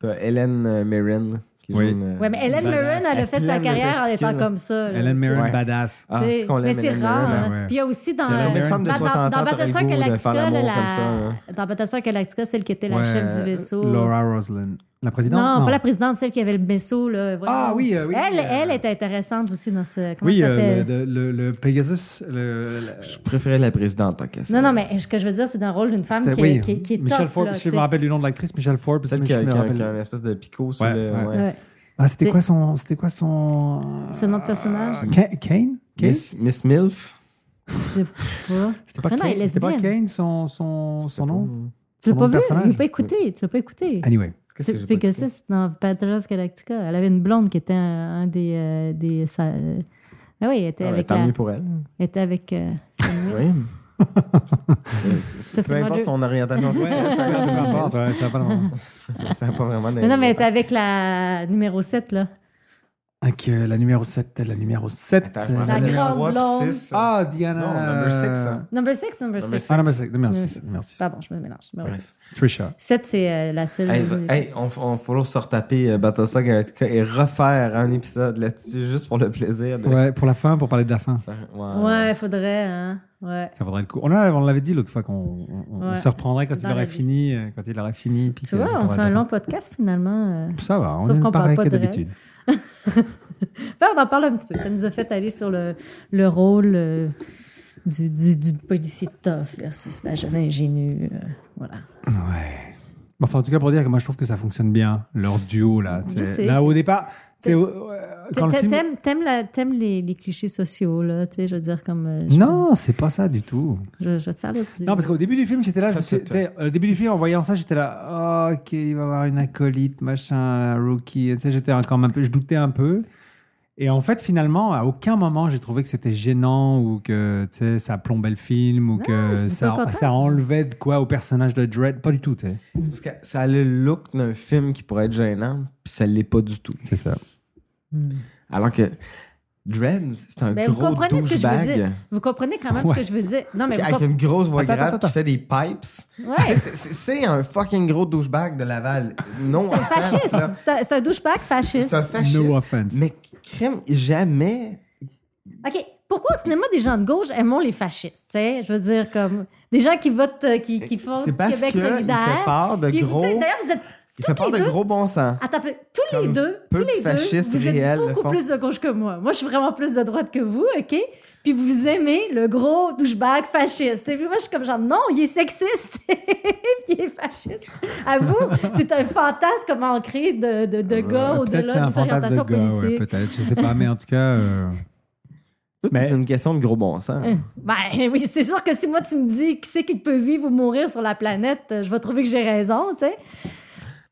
S11: t'as Hélène euh, Mirren qui joue une. euh,
S10: Ouais, mais
S9: ben,
S10: Hélène
S11: badass.
S10: Mirren, elle a fait sa
S11: pleine de
S10: carrière en étant
S11: testicules.
S10: comme ça. là.
S9: Hélène Mirren,
S11: Ouais.
S9: badass.
S11: Ah,
S10: Tu sais,
S11: c'est qu'on l'aime,
S10: mais c'est
S11: Hélène
S10: rare.
S11: Mirren,
S10: hein.
S11: hein.
S10: Puis il y a aussi dans,
S11: Hélène Mirren. Femme de
S10: dans,
S11: 60 ans,
S10: dans
S11: t'aurais
S10: Battlestar
S11: le goût de
S10: Galactica,
S11: faire l'amour
S10: là,
S11: comme
S10: la-
S11: ça, hein. euh,
S10: dans Battlestar Galactica, celle qui était la
S9: Ouais,
S10: chef du vaisseau.
S9: Laura Roslin. La présidente
S10: non, pas la présidente, celle qui avait le vaisseau. Là, vraiment.
S9: Ah oui, euh, oui,
S10: Elle,
S9: euh,
S10: elle est intéressante aussi dans ce. Comment
S9: Oui,
S10: ça
S9: euh,
S10: s'appelle?
S9: le, le- le Pegasus. le- la-
S11: Je préférais la présidente en question.
S10: Non, non, mais ce que je veux dire, c'est d'un rôle d'une femme
S9: c'était-
S10: qui,
S9: oui,
S10: est- qui, est- qui est
S9: Michelle
S10: tough.
S9: Forbes,
S10: là,
S9: je
S10: tu sais.
S9: me rappelle du nom de l'actrice, Michelle Forbes.
S11: Celle
S9: mais
S11: qui
S9: je
S11: a, qui
S9: me
S11: a-
S9: rappelle-
S11: qui a un espèce de picot sur
S9: Ouais,
S11: le.
S9: ouais.
S11: ouais.
S10: Ouais.
S9: Ah, c'était
S10: C'est-
S9: quoi son. C'était quoi son.
S10: C'est notre personnage.
S9: Ca- Kane? Kane?
S11: Miss, Miss Milf.
S9: C'était pas,
S10: Ah non,
S9: Kane-
S10: elle est
S9: c'était pas
S10: lesbienne.
S9: Kane son, son, son nom
S10: Tu l'as
S9: Son
S10: pas
S9: nom de
S10: vu?
S9: personnage.
S10: Tu l'as pas écouté? Tu l'as pas écouté?
S9: Anyway.
S11: Qu'est-ce que j'ai pas écouté?
S10: Pegasus dans Battlestar Galactica. Elle avait une blonde qui était un, un des. euh, des sa- euh, Ah oui, elle était
S11: Ah, ben,
S10: avec.
S11: Tant
S10: la-
S11: mieux pour elle.
S10: elle était avec. euh,
S11: Oui. C'est- c'est-
S10: Ça, c'est
S11: peu
S10: mon
S11: importe
S10: Dieu.
S11: son orientation sexuelle, ça reste Miss Milf.
S9: Ouais, ça va pas
S11: Ça n'a pas vraiment
S10: Mais non, mais elle
S11: d'intérêt.
S10: était avec la numéro 7, là.
S9: Avec euh, la numéro 7, la numéro 7.
S11: Attends, je m'en
S10: La
S11: rappelle.
S10: grosse
S11: Trois puis
S10: blonde.
S11: six. hein.
S9: Ah, Diana.
S11: Non, number six, hein.
S10: Number 6, number
S11: Number
S10: 6.
S9: Ah, number 6, numéro
S10: Numéro
S9: 6.
S10: six.
S9: Merci.
S10: Pardon, je me mélange. Numéro 6.
S9: Trisha.
S10: 7, c'est euh, la seule.
S11: Hey, va- hey, on, on faut se retaper euh, Battlestar Galactica et refaire un épisode là-dessus juste pour le plaisir de.
S9: Ouais, pour la fin, pour parler de la fin.
S10: euh,
S9: euh,
S10: ouais, faudrait, hein. Ouais.
S9: Ça vaudrait le coup. On, l'a- on l'avait dit l'autre fois qu'on on- on
S10: Ouais.
S9: se reprendrait quand
S10: C'est
S9: il
S10: dans la
S9: aurait
S10: liste.
S9: fini. euh, Quand il aurait fini. puis
S10: Tu
S9: que-
S10: vois, on
S9: qu'on
S10: fait un
S9: va-
S10: long podcast finalement. euh,
S9: Ça va, on
S10: sauf
S9: est
S10: qu'on parle
S9: pareil
S10: pas
S9: que
S10: de
S9: d'habitude.
S10: Ben, on en parle un petit peu. Ça nous a fait aller sur le, le rôle euh, du, du, du policier tough versus la jeune ingénue. euh, voilà.
S9: Ouais. Bon, Enfin, en tout cas, pour dire que moi, je trouve que ça fonctionne bien, leur duo, là. tu
S10: Je sais.
S9: Là, au départ, tu sais, euh, quand le
S10: T'a-
S9: film-
S10: T'aimes t'aimes la- t'aimes les, les clichés sociaux, là, tu sais, je veux dire, comme... euh, je-
S9: Non, c'est pas ça du tout.
S10: Je, je vais te faire le petit-
S9: Non, parce qu'au début du film, j'étais là. je me suis- tu sais, Au début du film, en voyant ça, j'étais là. Ok, il va y avoir une acolyte, machin, un rookie. Tu sais, j'étais encore un peu. Je doutais un peu. Et en fait, finalement, à aucun moment, j'ai trouvé que c'était gênant ou que tu sais, ça plombait le film ou que
S10: c'est pas
S9: ça,
S10: le
S9: ça
S10: contraire.
S9: enlevait de quoi au personnage de Dredd. Pas du tout, tu sais.
S11: Parce que ça a le look d'un film qui pourrait être gênant, puis ça l'est pas du tout.
S9: C'est ça.
S11: Alors que Dread, c'est un
S10: Ben, vous
S11: gros
S10: comprenez ce que je veux dire.
S11: douchebag
S10: Vous comprenez quand même ce
S11: Ouais.
S10: que je veux dire. Non, mais vous
S11: avec
S10: comp-
S11: une grosse voix
S9: Attends,
S11: grave
S9: attends,
S11: qui fait des pipes.
S10: Ouais.
S11: C'est- C'est c'est un fucking gros douchebag de Laval. Non,
S10: c'est un
S11: offense,
S10: fasciste.
S11: là.
S10: C'est un- C'est un, douchebag fasciste.
S11: C'est un fasciste.
S9: No offense.
S11: Mais crème, jamais.
S10: OK. Pourquoi au cinéma des gens de gauche aimons les fascistes? tu sais? Je veux dire, comme des gens qui votent, euh, qui, qui font
S11: C'est parce
S10: Québec
S11: que il
S10: solidaire.
S11: fait part de
S10: Puis vous- tu sais,
S11: gros-
S10: D'ailleurs, vous êtes
S11: Il fait
S10: Toutes
S11: part
S10: les
S11: de
S10: deux- Ah.
S11: gros bon sens.
S10: Attends, un peu. tous les
S11: Comme
S10: deux,
S11: peu
S10: tous
S11: de
S10: les deux,
S11: fascistes
S10: vous êtes
S11: réels le
S10: beaucoup
S11: font.
S10: plus de gauche que moi. Moi, je suis vraiment plus de droite que vous, OK? Puis vous aimez le gros douchebag fasciste. Et puis moi, je suis comme genre, non, il est sexiste. puis il est fasciste. À vous, c'est un fantasme comme ancré de, de, de gars
S9: Peut-être c'est
S10: au-delà
S9: un
S10: des
S9: fantasme de
S10: orientations
S9: gars, ouais,
S10: politiques.
S9: peut-être. Je sais pas, mais en tout cas. euh,
S11: C'est une question de gros bon sens.
S10: Hein. Ben oui, c'est sûr que si moi tu me dis qui c'est qui peut vivre ou mourir sur la planète, euh, je vais trouver que j'ai raison, tu sais.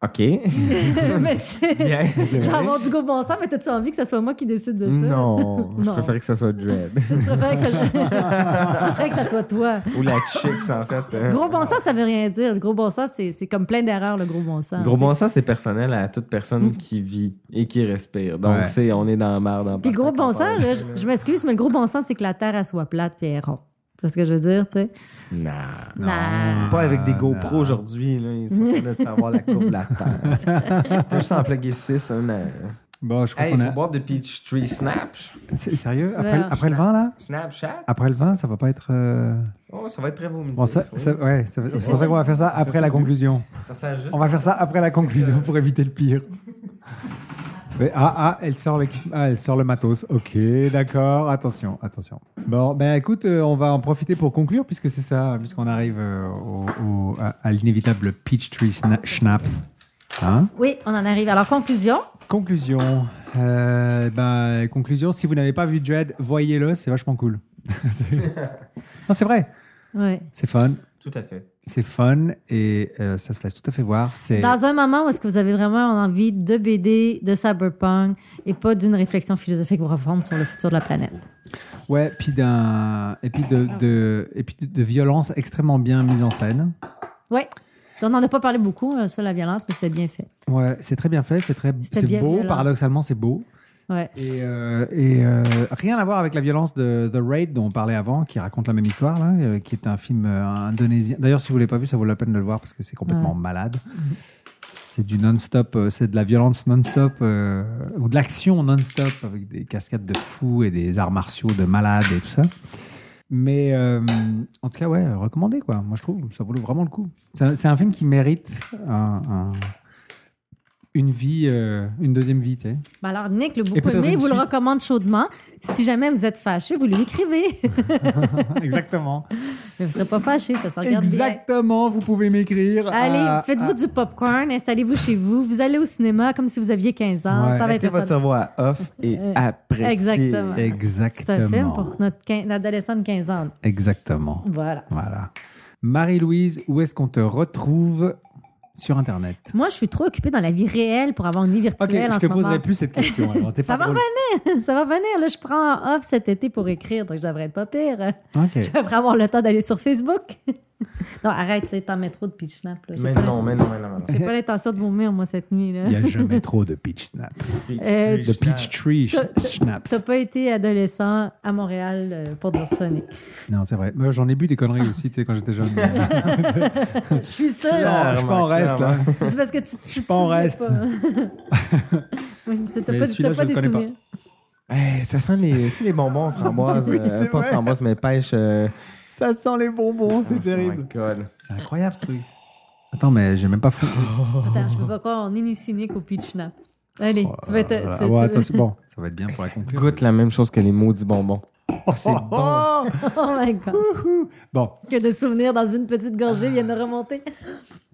S11: OK.
S10: mais c'est.
S11: Bien, c'est
S10: je vais
S11: vrai.
S10: avoir du go bon sens, mais t'as-tu envie que ce soit moi qui décide de ça?
S11: Non, je
S10: Non.
S11: préfère que ça soit Dread.
S10: Tu préfères que ça, tu préférais que ça soit toi.
S11: Ou la Chicks, en fait. Euh,
S10: Gros bon sens, ça veut rien dire. Le gros bon sens, c'est c'est comme plein d'erreurs, le gros bon sens. Mm.
S11: Gros bon
S10: t'sais.
S11: sens, c'est personnel à toute personne qui vit et qui respire. Donc,
S9: Ouais.
S11: c'est on est dans la merde. en
S10: Puis gros bon
S11: partant.
S10: sens, là, je, je m'excuse, mais le gros bon sens, c'est que la Terre, elle soit plate puis elle est ronde. Tu vois ce que je veux dire, tu sais?
S11: Non.
S10: Non.
S11: Pas avec des GoPros aujourd'hui. là. Ils sont en train de te faire voir la courbe de la Terre. T'as juste en plugger 6. Hein, euh.
S9: Bon, je crois
S11: Hey,
S9: qu'on
S11: il
S9: a-
S11: faut boire de Peachtree Snap.
S9: C'est sérieux? Après, après le vin, là?
S11: Snapchat?
S9: Après le vin, ça va pas être. euh,
S11: Oh, ça va être très vomitif.
S9: Bon, ça,
S11: oui.
S9: ça- ouais, ça-
S11: C'est
S9: c'est
S11: ça.
S9: pour ça qu'on va faire ça
S11: Ça
S9: après
S11: sert
S9: la
S11: plus.
S9: conclusion.
S11: Ça sert juste
S9: On va
S11: à
S9: faire
S11: ça.
S9: ça après la conclusion pour éviter le pire. Mais- ah, ah, elle sort, le, ah, elle sort le matos. Ok, d'accord. Attention, attention. Bon, ben écoute, euh, on va en profiter pour conclure puisque c'est ça, puisqu'on arrive euh, au- au- à, à l'inévitable Peachtree Sna- Schnapps. Hein
S10: Oui, on en arrive. Alors, conclusion.
S9: conclusion. Euh, ben, conclusion, si vous n'avez pas vu Dread, voyez-le, c'est vachement cool. non, c'est vrai.
S10: Ouais.
S9: C'est fun.
S11: Tout à fait.
S9: C'est fun et euh, ça se laisse tout à fait voir. C'est
S10: Dans un moment où est-ce que vous avez vraiment envie de BD, de cyberpunk et pas d'une réflexion philosophique profonde sur le futur de la planète.
S9: ouais, puis d'un et puis de, de et puis de, de violence extrêmement bien mise en scène.
S10: Oui. On n'en a pas parlé beaucoup euh, sur la violence, mais c'était bien fait.
S9: Ouais, c'est très bien fait, c'est très
S10: C'était
S9: c'est
S10: bien
S9: beau.
S10: violent.
S9: Paradoxalement, c'est beau.
S10: Ouais.
S9: Et, euh, et, euh, rien à voir avec la violence de The Raid dont on parlait avant, qui raconte la même histoire, là, euh, qui est un film euh, indonésien. D'ailleurs, si vous ne l'avez pas vu, ça vaut la peine de le voir parce que c'est complètement
S10: Ouais.
S9: malade. C'est du non-stop, euh, c'est de la violence non-stop, euh, ou de l'action non-stop, avec des cascades de fous et des arts martiaux de malades et tout ça. Mais euh, en tout cas, ouais, recommandé, quoi. Moi, je trouve, ça vaut vraiment le coup. C'est un- c'est un film qui mérite un- un- une vie, euh, une deuxième vie, tu sais.
S10: Ben alors, Nick, le
S9: Et
S10: beaucoup
S9: peut-être
S10: aimé,
S9: une
S10: vous le
S9: suite.
S10: recommande chaudement. Si jamais vous êtes fâché, vous lui écrivez.
S9: Exactement.
S10: Mais vous serez pas fâché, ça se regarde bien.
S9: Exactement, vous pouvez m'écrire.
S10: Allez,
S9: à-
S10: faites-vous
S9: à-
S10: du popcorn, installez-vous chez vous, vous allez au cinéma comme si vous aviez 15 ans.
S11: Ouais.
S10: Ça va être
S11: Mettez
S10: le fun.
S11: votre cerveau à off et
S10: Euh,
S11: appréciez.
S10: exactement. C'est
S9: Exactement.
S10: un film pour notre quin- adolescent de 15 ans.
S9: Exactement.
S10: Voilà.
S9: Voilà. Marie-Louise, où est-ce qu'on te retrouve sur Internet
S10: Moi, je suis trop occupée dans la vie réelle pour avoir une vie virtuelle
S9: Ok, je
S10: en
S9: te
S10: ce moment.
S9: poserai plus cette question. alors. T'es
S10: Ça
S9: pas
S10: va
S9: drôle.
S10: revenir, ça va venir. Là, je prends off cet été pour écrire, donc je devrais être pas pire.
S9: Ok.
S10: Je devrais avoir le temps d'aller sur Facebook. non, arrête, t'es en métro de pitch snap. là. J'ai
S11: Mais
S10: pas
S11: non,
S10: l'int-
S11: mais non, mais non, mais non.
S10: J'ai pas l'intention de vomir, moi, cette nuit. Là.
S9: Il n'y a jamais trop de pitch snaps.
S10: Euh,
S9: de pitch tree sh- snaps.
S10: T'as pas été adolescent à Montréal euh, pour dire ça, Nick.
S9: Non, c'est vrai. Moi, J'en ai bu des conneries aussi, tu sais, quand j'étais jeune.
S10: Je suis sûre.
S9: je suis pas en reste, là.
S10: C'est parce que tu, tu te
S9: pas en
S10: souviens
S9: reste.
S10: pas. Oui, mais c'est- T'as
S11: Mais
S10: pas,
S11: celui-là,
S10: t'as pas
S11: je
S10: des
S11: le connais pas.
S10: souvenirs.
S11: Hey, Eh, ça sent les, tu sais, les bonbons framboises.
S9: Oui,
S11: euh,
S9: c'est
S11: pas
S9: vrai.
S11: framboises, mais pêche. euh,
S9: Ça sent les bonbons, c'est
S11: Oh my God.
S9: C'est incroyable ce truc. Attends, mais j'ai même pas fou.
S10: Attends, je peux pas croire, on initie Nick au pitch snap. Allez, tu vas être.
S9: Voilà.
S10: tu-
S9: Oh Euh, Ouais,
S10: tu-
S9: attention, bon, ça va être bien pour la conclusion.
S11: Goûte la même chose que les maudits bonbons. c'est bon.
S10: Oh, my god.
S9: Bon,
S10: Que de souvenirs dans une petite gorgée viennent de remonter.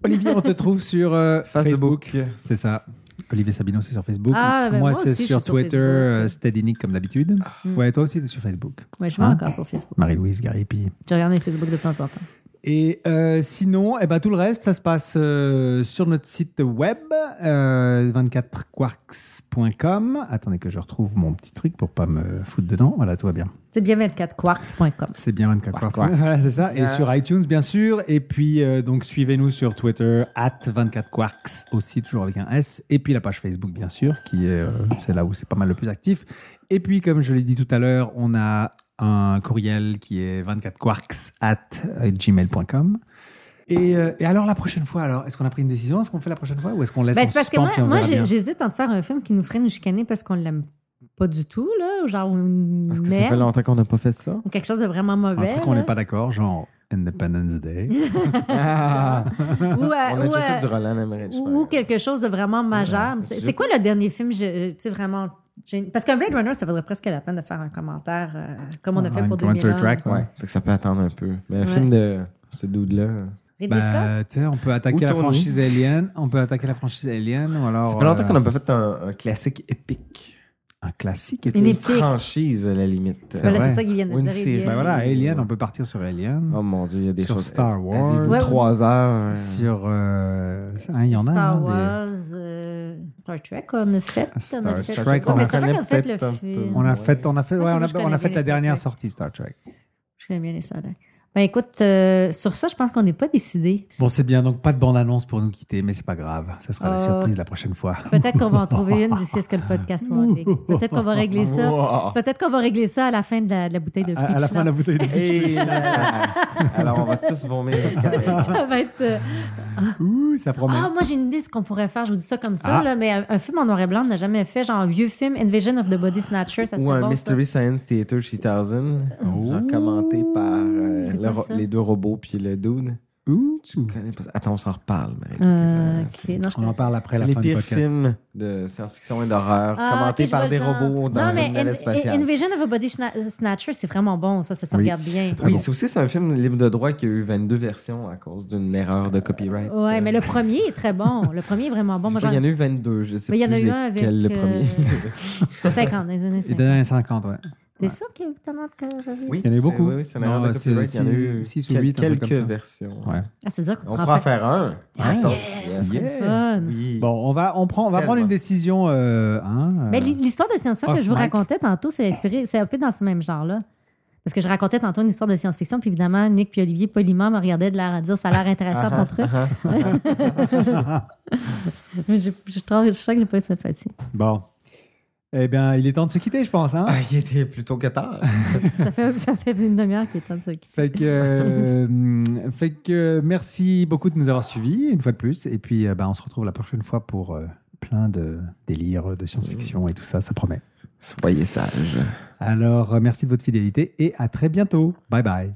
S9: Olivier, on te trouve sur euh, Facebook. C'est ça. Olivier Sabino, c'est sur Facebook.
S10: Ah, ben,
S9: moi,
S10: moi
S9: c'est
S10: aussi, je
S9: sur
S10: suis sur
S9: Twitter,
S10: Facebook. Hmm.
S9: euh, Steady Nick, comme d'habitude. Ouais, toi aussi, t'es sur Facebook.
S10: Ouais, je suis encore sur Facebook.
S9: Marie-Louise Garipi.
S10: Je regarde mes Facebook de temps en temps.
S9: Et euh, sinon, eh ben, tout le reste, ça se passe euh, sur notre site web, euh, 24quarks.com. Attendez que je retrouve mon petit truc pour pas me foutre dedans. Voilà, tout va bien.
S10: C'est bien 24quarks.com.
S9: C'est bien 24 quarks.
S10: quarks.
S9: Voilà, c'est ça. Et
S10: Yeah.
S9: sur iTunes, bien sûr. Et puis, euh, donc, suivez-nous sur Twitter, at 24 quarks, aussi toujours avec un S. Et puis, la page Facebook, bien sûr, qui est, euh, c'est là où c'est pas mal le plus actif. Et puis, comme je l'ai dit tout à l'heure, on a un courriel qui est 24 quarks at gmail.com. Et, euh, et alors, la prochaine fois, alors, est-ce qu'on a pris une décision? Est-ce qu'on fait la prochaine fois ou est-ce qu'on laisse
S10: Ben,
S9: en
S10: c'est parce que
S9: suspens,
S10: moi,
S9: puis on
S10: moi
S9: verra
S10: j'ai-
S9: bien
S10: j'hésite à faire un film qui nous ferait nous chicaner parce qu'on l'aime pas du tout, là, ou genre, ou une
S11: Ça fait
S10: merde,
S11: longtemps qu'on n'a pas fait ça.
S10: ou quelque chose de vraiment
S9: Un
S10: mauvais.
S9: truc qu'on
S10: là.
S9: n'est pas d'accord, genre, Independence Day.
S11: Ah.
S10: Ou, euh,
S11: On a
S10: ou,
S11: déjà
S10: euh,
S11: fait du Roland Emmerich.
S10: ou ou quelque chose de vraiment majeur.
S11: Ouais.
S10: C'est c'est quoi le dernier film, je- euh, tu sais, vraiment... gén- Parce qu'un Blade Runner, ça vaudrait presque la peine de faire un commentaire euh, comme on a fait pour 2001.
S11: Ouais. Fait que ça peut attendre un peu. Mais un
S10: Ouais.
S11: film de ce dude-là. euh,
S10: Ridley
S9: Bah, tu sais, on peut
S11: Ou
S9: attaquer la
S11: Tony.
S9: franchise Alien. On peut attaquer la franchise Alien. Ou alors,
S11: Ça fait longtemps
S9: euh,
S11: qu'on n'a pas fait un, un classique épique.
S9: Un classique
S10: Une épique.
S11: franchise, à la limite.
S10: Voilà, c'est
S9: Ouais.
S10: ça qu'ils viennent de
S9: Ou une
S10: dire,
S9: série.
S10: Alien.
S9: Ben voilà, Alien, on peut partir sur Alien.
S11: Oh mon dieu, il y a des
S9: sur
S11: choses.
S9: Star Wars.
S11: Avez-vous
S10: Ouais,
S11: trois heures. euh,
S9: Sur. euh, ça, hein, Il y en a.
S10: Star
S9: hein, des-
S10: Wars, euh, Star Trek, on a fait. on a
S9: Star,
S10: fait.
S9: Trek,
S10: Ouais,
S9: on
S10: mais
S9: a
S10: Star Trek,
S9: fait.
S10: on a fait le film.
S9: On a fait, on a fait,
S10: Ouais,
S9: ouais,
S10: c'est
S9: on
S10: Ah, moi,
S9: a,
S10: je connais
S9: on a
S10: bien
S9: fait
S10: les
S9: la
S10: Star
S9: dernière
S10: Trek.
S9: sortie Star Trek.
S10: Je connais bien les Star Trek. Ben écoute, euh, sur ça, je pense qu'on n'est pas décidé.
S9: Bon, c'est bien. Donc, pas de bande-annonce pour nous quitter, mais c'est pas grave. Ça sera la
S10: Oh.
S9: surprise la prochaine fois.
S10: Peut-être qu'on va en trouver une d'ici à ce que le podcast soit en ligne. Peut-être qu'on va régler ça.
S9: Wow.
S10: Peut-être qu'on va régler ça à la fin de la, de la bouteille de
S9: À- à la
S10: pitch,
S9: fin de la
S10: là.
S9: bouteille de
S11: Et là, alors, on va tous vomir jusqu'à la fin.
S10: ça va être. euh,
S9: Ouh, ça promet.
S10: Ah, moi j'ai une idée de ce qu'on pourrait faire. Je vous dis ça comme ça,
S11: Ah.
S10: là, mais un, un film en noir et blanc, on n'a jamais fait. Genre un vieux film, Invasion of the Body Snatcher, ça serait
S11: Ou un
S10: bon, ça.
S11: Mystery Science Theater 3000,
S9: Oh.
S11: genre commenté par euh,
S10: C'est
S11: le
S10: quoi
S11: ro-
S10: ça?
S11: les deux robots puis le dude.
S10: Ah.
S11: Tu connais pas ça? Attends, on s'en reparle. Marie.
S10: Euh,
S11: Ça,
S10: ok. Non, je
S9: On en parle après
S11: C'est
S9: la
S11: les
S9: fin du
S11: pires
S9: podcast.
S11: films de science-fiction et d'horreur
S10: Ah,
S11: commentés
S10: ok, je
S11: par
S10: vois
S11: des
S10: le genre.
S11: robots dans
S10: non, mais
S11: une navette
S10: In-
S11: spatiale.
S10: In- Invasion of a Body Shna- Snatcher, c'est vraiment bon, ça, ça se
S11: Oui,
S10: regarde bien.
S9: Ah
S11: oui, c'est aussi c'est un film libre de droit qui a eu 22 versions à cause d'une erreur de copyright.
S10: Euh,
S11: Euh,
S10: Ouais, mais le premier est très bon. Le premier est vraiment bon. Moi,
S11: Je sais pas,
S10: j'en-
S11: il y en a eu 22, je sais
S10: Mais il y en
S11: plus
S10: a eu un avec.
S11: lequel le premier.
S10: euh, 50, dans les années
S9: Et
S10: 50.
S9: dans les 50, ouais.
S10: T'es sûr qu'il y a eu tellement de conneries?
S11: Oui,
S9: Il y en a eu
S11: c'est-
S9: beaucoup.
S11: Oui, oui, c'est une
S9: Non,
S11: erreur de
S9: c'est-
S11: copyright. Il y en a
S9: c'est
S11: eu
S9: six ou
S11: quel-
S9: huit, un truc
S11: quelques
S9: comme ça.
S11: versions.
S9: Ouais.
S10: Ah, ça veut dire qu'on
S11: On
S10: pourra
S11: pourra en faire un.
S10: Ah,
S11: Attends,
S10: yes,
S11: yes.
S10: ça serait le fun.
S11: Oui.
S9: Bon, on va, on prend, on va prendre une décision. euh, hein, euh,
S10: Ben, l'histoire de science-fiction que je vous
S9: off-mic.
S10: racontais tantôt, c'est inspiré, c'est un peu dans ce même genre-là. Parce que je racontais tantôt une histoire de science-fiction, puis évidemment, Nick puis Olivier Poliment me regardaient de l'air à dire ça a l'air
S11: Ah,
S10: intéressant ton truc. Mais je, je, trouve- je sens que j'ai pas eu de sympathie.
S9: Bon. Eh bien, il est temps de se quitter, je pense. Hein?
S11: Ah, il était plutôt que tard.
S10: Ça fait, ça fait une demi-heure qu'il est temps de se quitter.
S9: Fait que, euh, fait que merci beaucoup de nous avoir suivis, une fois de plus. Et puis, euh, ben, on se retrouve la prochaine fois pour euh, plein de délires de science-fiction et tout ça, ça promet.
S11: Soyez sages.
S9: Alors, euh, merci de votre fidélité et à très bientôt. Bye bye.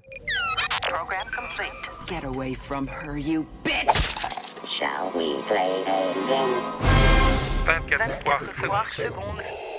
S14: Program complete. Get away from her, you bitch! Shall we play a game?
S1: 24 24 secondes.